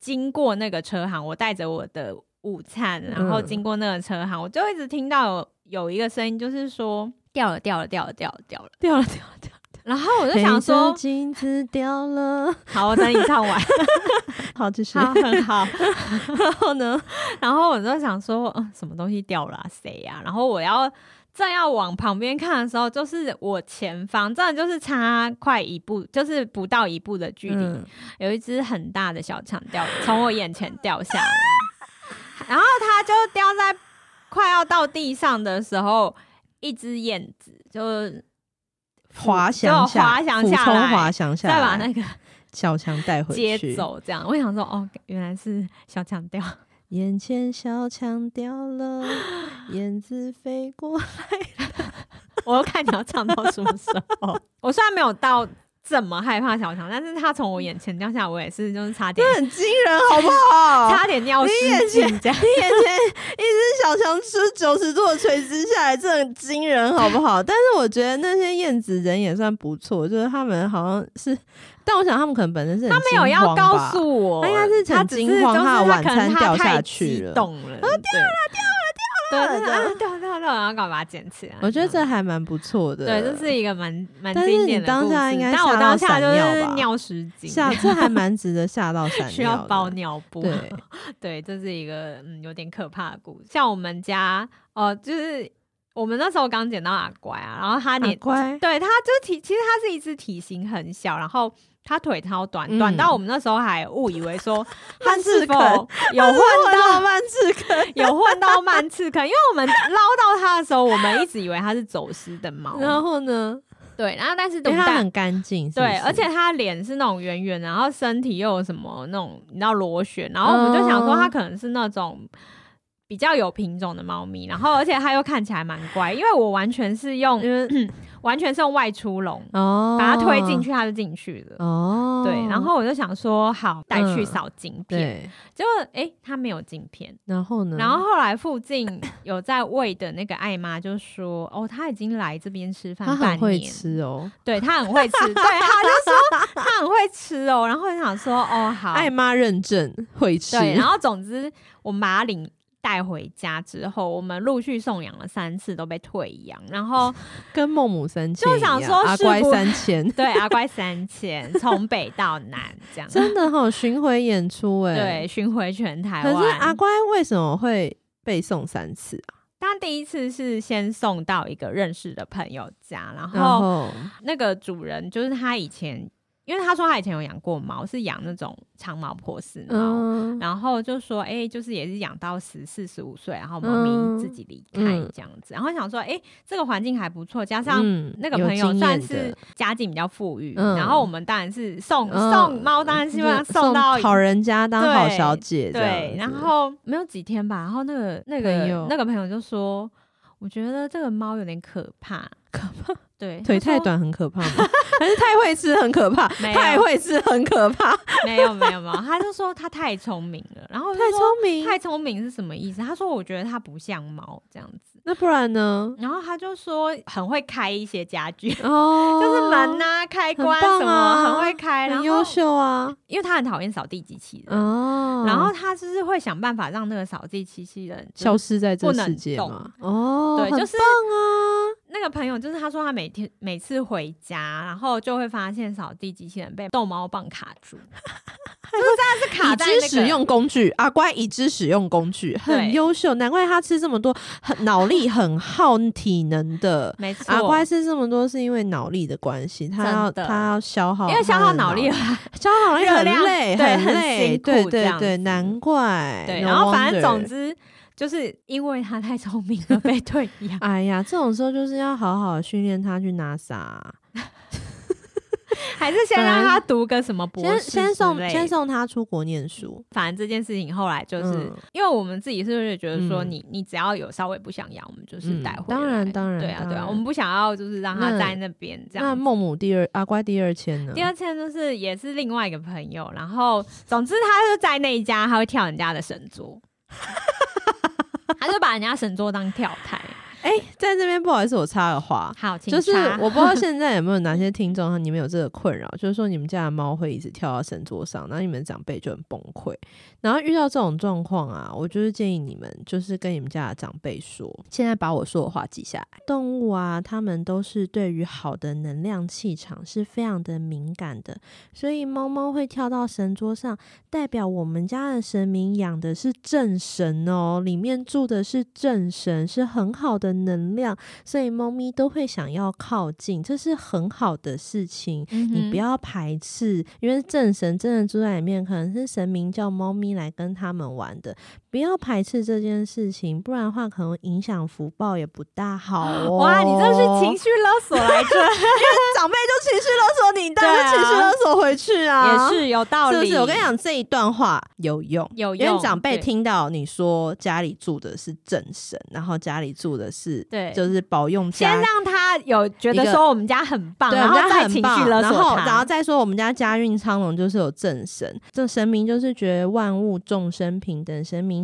S2: 经过那个车行，我带着我的午餐，然后经过那个车行，我就一直听到有有一个声音，就是说掉了，掉了，掉了，掉了，掉了。
S1: 掉了掉了掉了，
S2: 然后我就想
S1: 陪
S2: 说
S1: 着，镜子掉了，
S2: 好，我等你唱完，
S1: 好，继续。
S2: 好，很 好。
S1: 然后呢？
S2: 然后我就想说，嗯，什么东西掉了、啊？谁呀、然后我要正要往旁边看的时候，就是我前方，真的就是差快一步，就是不到一步的距离，
S1: 嗯
S2: 有一只很大的小强掉从我眼前掉下来，然后它就掉在快要到地上的时候，一只燕子就
S1: 滑翔
S2: 就
S1: 下，
S2: 滑翔
S1: 俯
S2: 下
S1: 冲
S2: 来
S1: 滑翔下来，
S2: 再把那个
S1: 小强带回
S2: 接
S1: 去。
S2: 走，这样我想说，哦，原来是小强掉，
S1: 眼前小强掉了，燕子飞 过。
S2: 我又看你要唱到什么时
S1: 哦
S2: 候。我虽然没有到这么害怕小强，但是他从我眼前掉下来，我也是就是差点
S1: 这很惊人，好不 好？
S2: 差点尿失禁这样。
S1: 哦你眼前一只小强吃九十度的垂直下来，这很惊人，好不好？但 是我觉得那些燕子人也算不错，就是他们好像是，但我想他们可能本身是
S2: 他
S1: 很
S2: 没有
S1: 惊
S2: 要
S1: 慌吧
S2: 告诉我，
S1: 他应该哎是
S2: 他
S1: 很
S2: 只
S1: 惊
S2: 是
S1: 慌
S2: 就是
S1: 他的晚
S2: 可能
S1: 餐
S2: 他
S1: 掉下
S2: 太
S1: 去
S2: 激
S1: 了
S2: 动了，掉了掉了
S1: 了
S2: 掉了，对，掉了掉了，然后赶快把它捡起来。
S1: 我觉得
S2: 样
S1: 这还蛮不错的，
S2: 对，这是一个蛮蛮
S1: 但是
S2: 经典
S1: 你
S2: 的
S1: 当
S2: 故
S1: 下
S2: 事
S1: 应该
S2: 但我
S1: 吓
S2: 当
S1: 到
S2: 下
S1: 闪
S2: 就
S1: 尿
S2: 是
S1: 吧
S2: 尿失禁，
S1: 下，这还蛮值得吓到闪
S2: 需要
S1: 的
S2: 包尿布。
S1: 对，
S2: 对，这是一个嗯有点可怕的故事。像我们家哦、呃就是我们那时候刚捡到阿乖啊，然后他
S1: 很
S2: 年
S1: 乖，
S2: 对，它就体其实它是一只体型很小，然后它腿超短，
S1: 嗯
S2: 短到我们那时候还误以为说它
S1: 慢
S2: 是
S1: 刺
S2: 否
S1: 客
S2: 有混
S1: 浪
S2: 到
S1: 漫刺 客，
S2: 有混到慢刺客，因为我们捞到它的时候，我们一直以为它是走私的毛，
S1: 然后呢，
S2: 对，然后但
S1: 嗯
S2: 是
S1: 因
S2: 等
S1: 为
S2: 它
S1: 它很干净，是不
S2: 对，
S1: 是
S2: 而且它脸是那种圆圆的，然后身体又有什么那种你知道螺旋，然后我们就
S1: 哦
S2: 想说它可能是那种。比较有品种的猫咪，然后而且它又看起来蛮乖，因为我完全是用
S1: 因为
S2: 完全是用外出笼，
S1: 哦，
S2: 把它推进去，它就进去了。
S1: 哦，
S2: 对，然后我就想说，好，带去
S1: 嗯
S2: 扫晶片。
S1: 对，嗯
S2: 结果哎，诶它没有晶片。
S1: 然后呢，
S2: 然后后来附近有在喂的那个艾妈就说：“哦，它已经来这边吃
S1: 它
S2: 饭
S1: 很
S2: 半
S1: 会
S2: 年，
S1: 吃哦，
S2: 对，它很会吃，对，它就说 它很会吃哦。”然后我就想说：“哦，好，
S1: 爱妈认证会吃，
S2: 对。”然后总之，我们把它领带回家之后，我们陆续送养了三次，都被退养。然后
S1: 跟孟母三迁
S2: 就
S1: 一样
S2: 想说
S1: 阿
S2: 是
S1: 乖
S2: 不，
S1: 三千
S2: 对阿乖三千，从北到南这样。
S1: 真的好巡回演出哎，
S2: 对，，巡回全台
S1: 可
S2: 湾。
S1: 是阿乖为什么会被送三次啊？
S2: 他第一次是先送到一个认识的朋友家，然
S1: 然
S2: 后
S1: 后
S2: 那个主人就是他以前，因为他说他以前有养过猫，是养那种长毛波斯猫。
S1: 嗯，
S2: 然后就说，哎、就是也是养到十四十五岁，然后猫
S1: 嗯
S2: 咪自己离开
S1: 嗯
S2: 这样子。然后想说，哎、这个环境还不错，加上
S1: 嗯
S2: 那个
S1: 有
S2: 朋友
S1: 经
S2: 算
S1: 验
S2: 是
S1: 的
S2: 家境比较富裕，
S1: 嗯
S2: 然后我们当然是送、
S1: 嗯
S2: 送猫，当然希望
S1: 就是
S2: 送到
S1: 好人家当
S2: 对
S1: 好小姐这样
S2: 对
S1: 子，，
S2: 然后没有几天吧，然后那个那
S1: 朋
S2: 个
S1: 友
S2: 那个朋友就说，我觉得这个猫有点可怕，可怕，对，
S1: 腿
S2: 他说
S1: 太，短很可怕吗？ 还是太会吃很可怕？
S2: 没有
S1: 太会吃很可怕，
S2: 没有没有没有，他就说他太聪明了，然后我就
S1: 太
S2: 说
S1: 聪明。
S2: 太聪明是什么意思？他说我觉得它不像猫这样子，
S1: 那不然呢？
S2: 然后他就说很会开一些家具。
S1: 哦，
S2: 就是门呐、开关
S1: 很棒
S2: 什么、
S1: 啊
S2: 很会开，然
S1: 很
S2: 后
S1: 优秀啊。
S2: 因为他很讨厌扫地机器人，
S1: 哦，
S2: 然后他就是会想办法让那个扫地机器人就是
S1: 消失在这
S2: 不能
S1: 世界嘛。哦，
S2: 对，
S1: 很
S2: 就是
S1: 棒啊。
S2: 那个朋友就是他说他每天每次回家，然后就会发现扫地机器人被逗猫棒卡 住，就是真的是卡
S1: 已
S2: 在
S1: 知
S2: 那
S1: 使
S2: 个。
S1: 用工具啊，乖，已知使用工具很
S2: 对
S1: 优秀，难怪他吃这么多，很脑力很耗体能的。
S2: 没错，
S1: 阿乖吃这么多是因为脑力的关系，他要
S2: 真的
S1: 他要消耗，
S2: 因为消耗脑力，
S1: 消耗脑力
S2: 热
S1: 很
S2: 量
S1: 累，
S2: 对很
S1: 累，
S2: 辛苦
S1: 对
S2: 这
S1: 对
S2: 样
S1: 对，
S2: 子
S1: 难怪。
S2: 对，
S1: no
S2: 然后反正
S1: wonder。
S2: 总之就是因为他太聪明了被退养
S1: 啊哎呀，这种时候就是要好好训练他去拿撒。
S2: 还是先让他读个什么博
S1: 先
S2: 士
S1: 先送
S2: 之类
S1: 先
S2: 的
S1: 送他出国念书，
S2: 反正这件事情后来就是，
S1: 嗯
S2: 因为我们自己是不是觉得说
S1: 嗯
S2: 你，你只要有稍微不想养，我们就是
S1: 嗯
S2: 带回来、
S1: 当然当然
S2: 对啊，
S1: 当
S2: 对啊，
S1: 然
S2: 我们不想要就是让他
S1: 那
S2: 在那边这
S1: 那
S2: 样子。
S1: 孟母第二阿乖第二签呢？
S2: 第二天就是也是另外一个朋友，然后总之他就在那一家，他会跳人家的神 桌，他就把人家神桌当跳台。
S1: 哎、在这边不好意思，我插个话，
S2: 好，请
S1: 就是
S2: 插
S1: 我不知道现在有没有哪些听众，你们有这个困扰，就是说你们家的猫会一直跳到神桌上，然后你们长辈就很崩溃。然后遇到这种状况啊，我就是建议你们就是跟你们家的长辈说，现在把我说的话记下来。动物啊，它们都是对于好的能量气场是非常的敏感的，所以猫猫会跳到神桌上，代表我们家的神明养的是正神哦，里面住的是正神，是很好的能量。所以猫咪都会想要靠近，这是很好的事情。你不
S2: 嗯哼
S1: 要排斥，因为正神真的住在里面，可能是神明叫猫咪来跟他们玩的，不要排斥这件事情，不然的话可能影响福报也不大好 哦。
S2: 哇，你这是 情绪勒索来着，
S1: 长辈就情绪勒索你，当然就情绪勒索回去啊，
S2: 也是有道理。
S1: 是不是？我跟你，讲这一段话有用。
S2: 有
S1: 因为
S2: 用
S1: 长辈
S2: 对
S1: 听到你说家里住的是正神，然后家里住的是
S2: 对
S1: 就是保佑家
S2: 先让他有觉
S1: 一
S2: 得
S1: 个
S2: 说我们家很棒，
S1: 对，
S2: 然后
S1: 我们家
S2: 再
S1: 很
S2: 情
S1: 棒
S2: 绪勒
S1: 然
S2: 索
S1: 后
S2: 他，
S1: 然后再说我们家家运昌隆就是有正神，这神明就是觉得万物众生平等，神明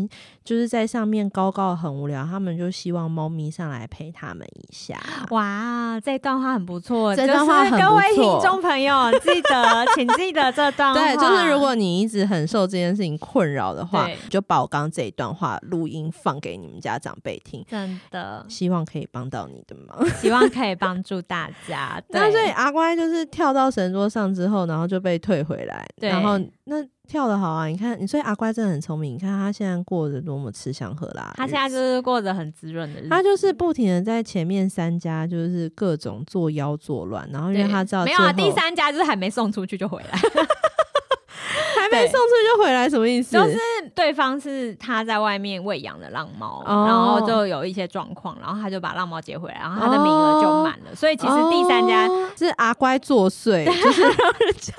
S1: 就是在上面高高得很无聊，他们就希望猫咪上来陪他们一下。
S2: 哇，这段话很不错，
S1: 这段话很
S2: 就是
S1: 不
S2: 各位
S1: 错
S2: 听众朋友记得， 请记得这段话。
S1: 对，就是如果你一直很受这件事情困扰的话，
S2: 对
S1: 你就把我刚刚这一段话录音放给你们家长辈听，
S2: 真的
S1: 希望可以帮到你的忙。
S2: 希望可以帮助大 家。
S1: 那所以
S2: 对，
S1: 阿乖就是跳到神桌上之后，然后就被退回来，
S2: 对
S1: 然后那跳的好啊！你看，你所以阿乖真的很聪明，你看他现在过着多么吃香喝辣的日子，
S2: 他现在就是过着很滋润的日子，
S1: 他就是不停的在前面三家就是各种作妖作乱，然后因为
S2: 对
S1: 他知道
S2: 没有啊，
S1: 最后
S2: 第三家就是还没送出去就回 来，
S1: 还没送出去就回来，什么意思？
S2: 就是对方是他在外面喂养的浪猫，
S1: 哦
S2: 然后就有一些状况，然后他就把浪猫接回来，然后他的名额就满了，所以其实第三家
S1: 哦是阿乖作 祟，就是让人家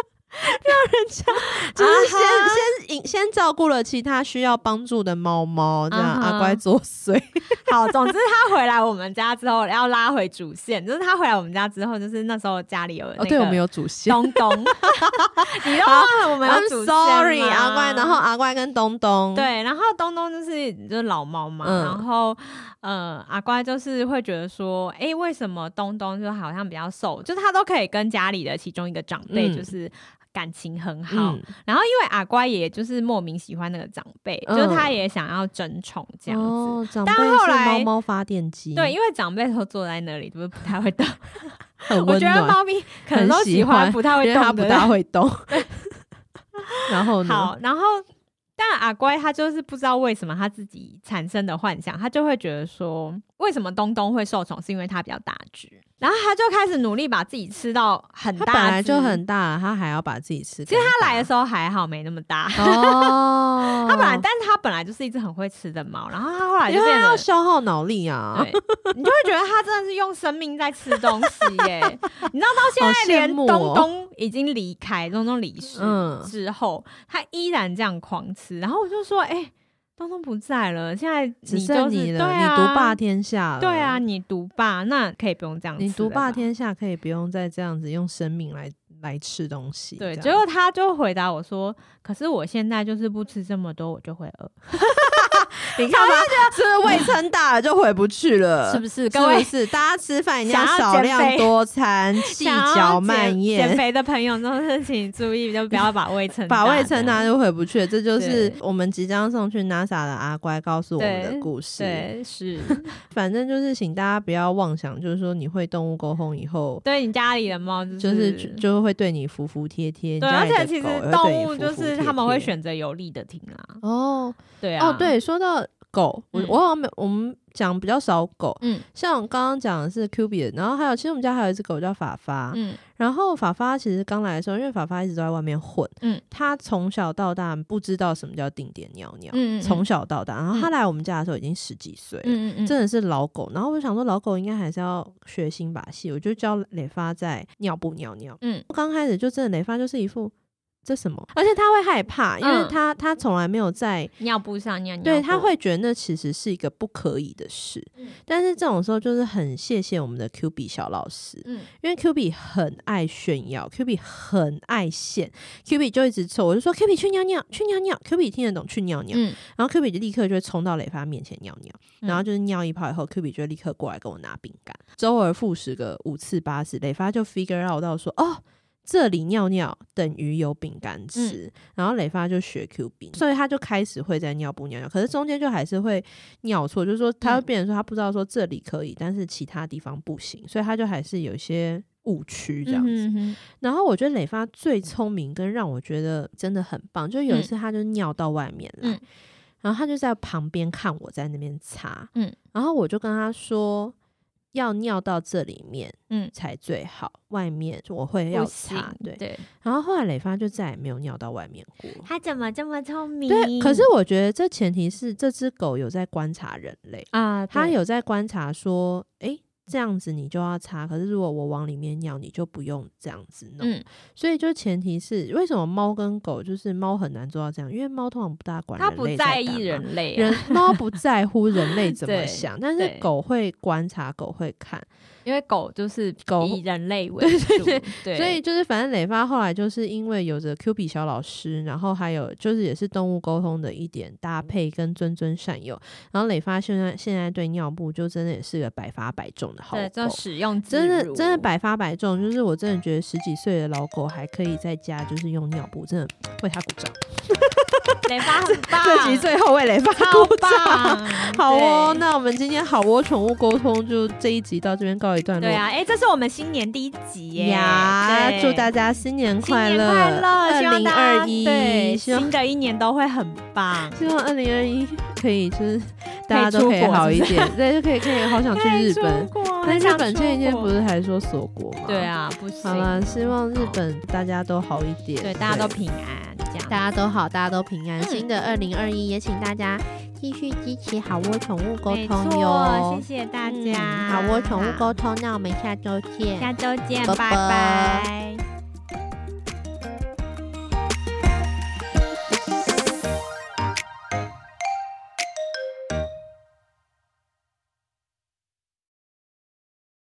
S1: 让人家就是先、
S2: 啊
S1: 先引先照顾了其他需要帮助的猫猫，这样、
S2: 啊哈
S1: 阿乖作祟。 哦
S2: 好，总之他回来我们家之后要拉回主线，就是他回来我们家之后，就是那时候家里有那个
S1: 哦，对，我们有主线。
S2: 东东， 你都忘了我们有
S1: I'm
S2: 主线
S1: sorry，
S2: 吗
S1: 阿怪，然后阿怪跟东东，，
S2: 对，然后东东就是就是老猫嘛，
S1: 嗯
S2: 然后呃阿乖就是会觉得说，哎、为什么东东就好像比较瘦，就是他都可以跟家里的其中一个长辈
S1: 嗯
S2: 就是。感情很好，
S1: 嗯，
S2: 然后因为阿乖也就是莫名喜欢那个长辈，
S1: 嗯
S2: 就是他也想要争宠这样子。
S1: 哦，长辈
S2: 但后
S1: 是猫
S2: 来
S1: 猫发电机，
S2: 对，，因为长辈都坐在那里，就是不太 会动。
S1: 很
S2: 我
S1: 温
S2: 觉得
S1: 暖，
S2: 猫咪可能
S1: 很
S2: 都
S1: 喜
S2: 喜
S1: 欢
S2: 欢不太会
S1: 因为
S2: 动
S1: 它
S2: 的
S1: 不大会动。 然后呢？
S2: 好，然后但阿乖他就是不知道为什么他自己产生的幻想，他就会觉得说，为什么东东会受宠，是因为他比较大只，然后他就开始努力把自己吃到很
S1: 它
S2: 大，
S1: 本来就。很大，它还要把自己吃干
S2: 其
S1: 净。
S2: 实他来的时 候还好，没那么大。
S1: 哦，
S2: 他本来，但是他本来就是一只很会吃的猫，然后他后来
S1: 因
S2: 就
S1: 为
S2: 变
S1: 它要
S2: 得
S1: 消耗脑力啊
S2: 对，，你就会觉得他真的是用生命在吃东西耶、你知道到现
S1: 好
S2: 在
S1: 羡
S2: 连
S1: 慕
S2: 东
S1: 哦
S2: 东已经离开，东东离世
S1: 嗯
S2: 之后，他依然这样狂吃。然后我就说，哎、东东不在了，现在
S1: 只
S2: 就
S1: 剩
S2: 是
S1: 你
S2: 对
S1: 了，你
S2: 啊，
S1: 独霸天下了，
S2: 对啊，。你独霸，那可以不用这样吃，
S1: 你独霸。天下，可以不用再这样子用生命来来吃东西。
S2: 对，
S1: 这
S2: 结
S1: 样
S2: 果他就回答我说：“可是我现在就是不吃这么多，我就会饿，
S1: 你看吧， 是不是胃撑大了就回不去了？
S2: 是不是？
S1: 各
S2: 各
S1: 位
S2: 位
S1: 是大家吃饭一定
S2: 想要
S1: 少
S2: 减
S1: 量
S2: 肥
S1: 多餐， 细
S2: 想要
S1: 嚼
S2: 减
S1: 慢
S2: 减
S1: 咽，
S2: 肥的朋友就是请注意，就不要 把胃撑
S1: 把胃
S2: 大
S1: 撑
S2: 这样
S1: 大就回不去了。这就是
S2: 对
S1: 我们即将送去 NASA 的阿乖告诉我们的
S2: 对
S1: 故事。
S2: 对，是
S1: 反正就是请大家不要妄想，就是说你会动物沟通以后，
S2: 对你家里的猫就是
S1: 就是就就会对你服服帖帖。
S2: 对，
S1: 你家
S2: 而
S1: 里的
S2: 且其实
S1: 狗也会对
S2: 动
S1: 你
S2: 物
S1: 服
S2: 就
S1: 服
S2: 是
S1: 帖
S2: 他们会
S1: 帖
S2: 选择有利的听啦，
S1: 哦
S2: 对啊，
S1: 哦，对，说到狗，我、
S2: 嗯
S1: 我好像没我们讲比较少狗，
S2: 嗯
S1: 像我刚刚讲的是 Q B 的，然后还有其实我们家还有一只狗叫法发，
S2: 嗯
S1: 然后法发其实刚来的时候，因为法发一直都在外面混，
S2: 嗯
S1: 它从小到大不知道什么叫定点尿尿，
S2: 嗯
S1: 从小到大，然后它
S2: 嗯
S1: 来我们家的时候已经十几岁了，
S2: 嗯嗯
S1: 真的是老狗。然后我就想说，老狗应该还是要学新把戏，我就教磊发在尿布尿尿。
S2: 嗯
S1: 刚开始就真的磊发就是一副这什么，而且他会害怕，因为
S2: 嗯
S1: 他、他从来没有在。
S2: 尿布上尿尿过，
S1: 对，他会觉得那其实是一个不可以的事，
S2: 嗯
S1: 但是这种时候就是很谢谢我们的 Q B 小老师，
S2: 嗯
S1: 因为 Q B 很爱炫耀，Q B 很爱现，Q B 就一直凑，我就说 Q B 去尿尿，去尿尿，Q B 听得懂去尿尿，
S2: 嗯
S1: 然后 Q B 就立刻就会冲到磊发面前尿尿，
S2: 嗯
S1: 然后就是尿一泡以后，Q B 就立刻过来跟我拿饼干，周而复始个五次八次，磊发就 figure out 到说哦。这里尿尿等于有饼干
S2: 嗯
S1: 吃，然后磊发就学 Q B，所以他就开始会在尿布尿尿，可是中间就还是会尿错，就是说他会
S2: 嗯
S1: 变成说他不知道说这里可以，但是其他地方不行，所以他就还是有一些误区这样子。
S2: 嗯哼
S1: 然后我觉得磊发最聪明跟让我觉得真的很棒，就有一
S2: 嗯
S1: 次他就尿到外面来，
S2: 嗯
S1: 然后他就在旁边看我在那边擦，
S2: 嗯
S1: 然后我就跟他说要尿到这里面，
S2: 嗯
S1: 才最好，外面就我会
S2: 哼
S1: 要
S2: 不行
S1: 擦，对。
S2: 对，
S1: 然后后来磊发就再也没有尿到外面过。
S2: 他怎么这么聪明？
S1: 对，可是我觉得这前提是这只狗有在观察人类，
S2: 啊，
S1: 他
S2: 对
S1: 有在观察说，诶，这样子你就要擦，可是如果我往里面尿，你就不用这样子弄。
S2: 嗯，
S1: 所以就前提是，为什么猫跟狗就是猫很难做到这样？因为猫通常不大管
S2: 他
S1: 人
S2: 不
S1: 类
S2: 在
S1: 干
S2: 意
S1: 嘛。
S2: 人类啊，
S1: 人猫不在乎人类怎么
S2: 对
S1: 想，但是
S2: 对
S1: 狗会观察，狗会看，
S2: 因为狗就是
S1: 狗
S2: 以人类为主，对对
S1: 所以就是反正磊发后来就是因为有着 Q 比小老师，然后还有就是也是动物沟通的一点搭配跟谆谆善诱，然后磊发现在现在对尿布就真的也是个百发百中的好
S2: 对，
S1: 狗
S2: 就，使用自
S1: 真的
S2: 如
S1: 真的百发百中，就是我真的觉得十几岁的老狗还可以在家就是用尿布，真的为它鼓掌。
S2: 雷发很棒，
S1: 这集最后为雷发
S2: 啊超
S1: 鼓掌。
S2: 棒，
S1: 好哦，
S2: 对
S1: 那我们今天好窝宠物沟通就这一集到这边告一段落。
S2: 对啊，哎，这是我们新年第一集耶，
S1: 呀，
S2: 对
S1: 祝大家新年快乐，
S2: 新年快乐，希
S1: 二
S2: 望
S1: 零
S2: 大
S1: 二
S2: 家
S1: 一，
S2: 对
S1: 希望
S2: 新的一年都会很棒。
S1: 希望二零二一可以就是大家都
S2: 出
S1: 可以
S2: 国
S1: 好一
S2: 是不是
S1: 点，对，就可以可以好想去日本。那
S2: 那
S1: 日本前几天不是还说锁国吗？
S2: 对。啊，不行，
S1: 好了，希望日本大家都好一点，
S2: 对，大家都平安，这样
S1: 大家都好，大家都平安。
S2: 嗯
S1: 新的二零二一也请大家继续支持好窝宠物沟
S2: 没
S1: 通
S2: 错
S1: 哟
S2: 谢。谢大
S1: 嗯
S2: 家，
S1: 好窝宠物沟通，那我们下周见，
S2: 下周见，
S1: 拜
S2: 拜拜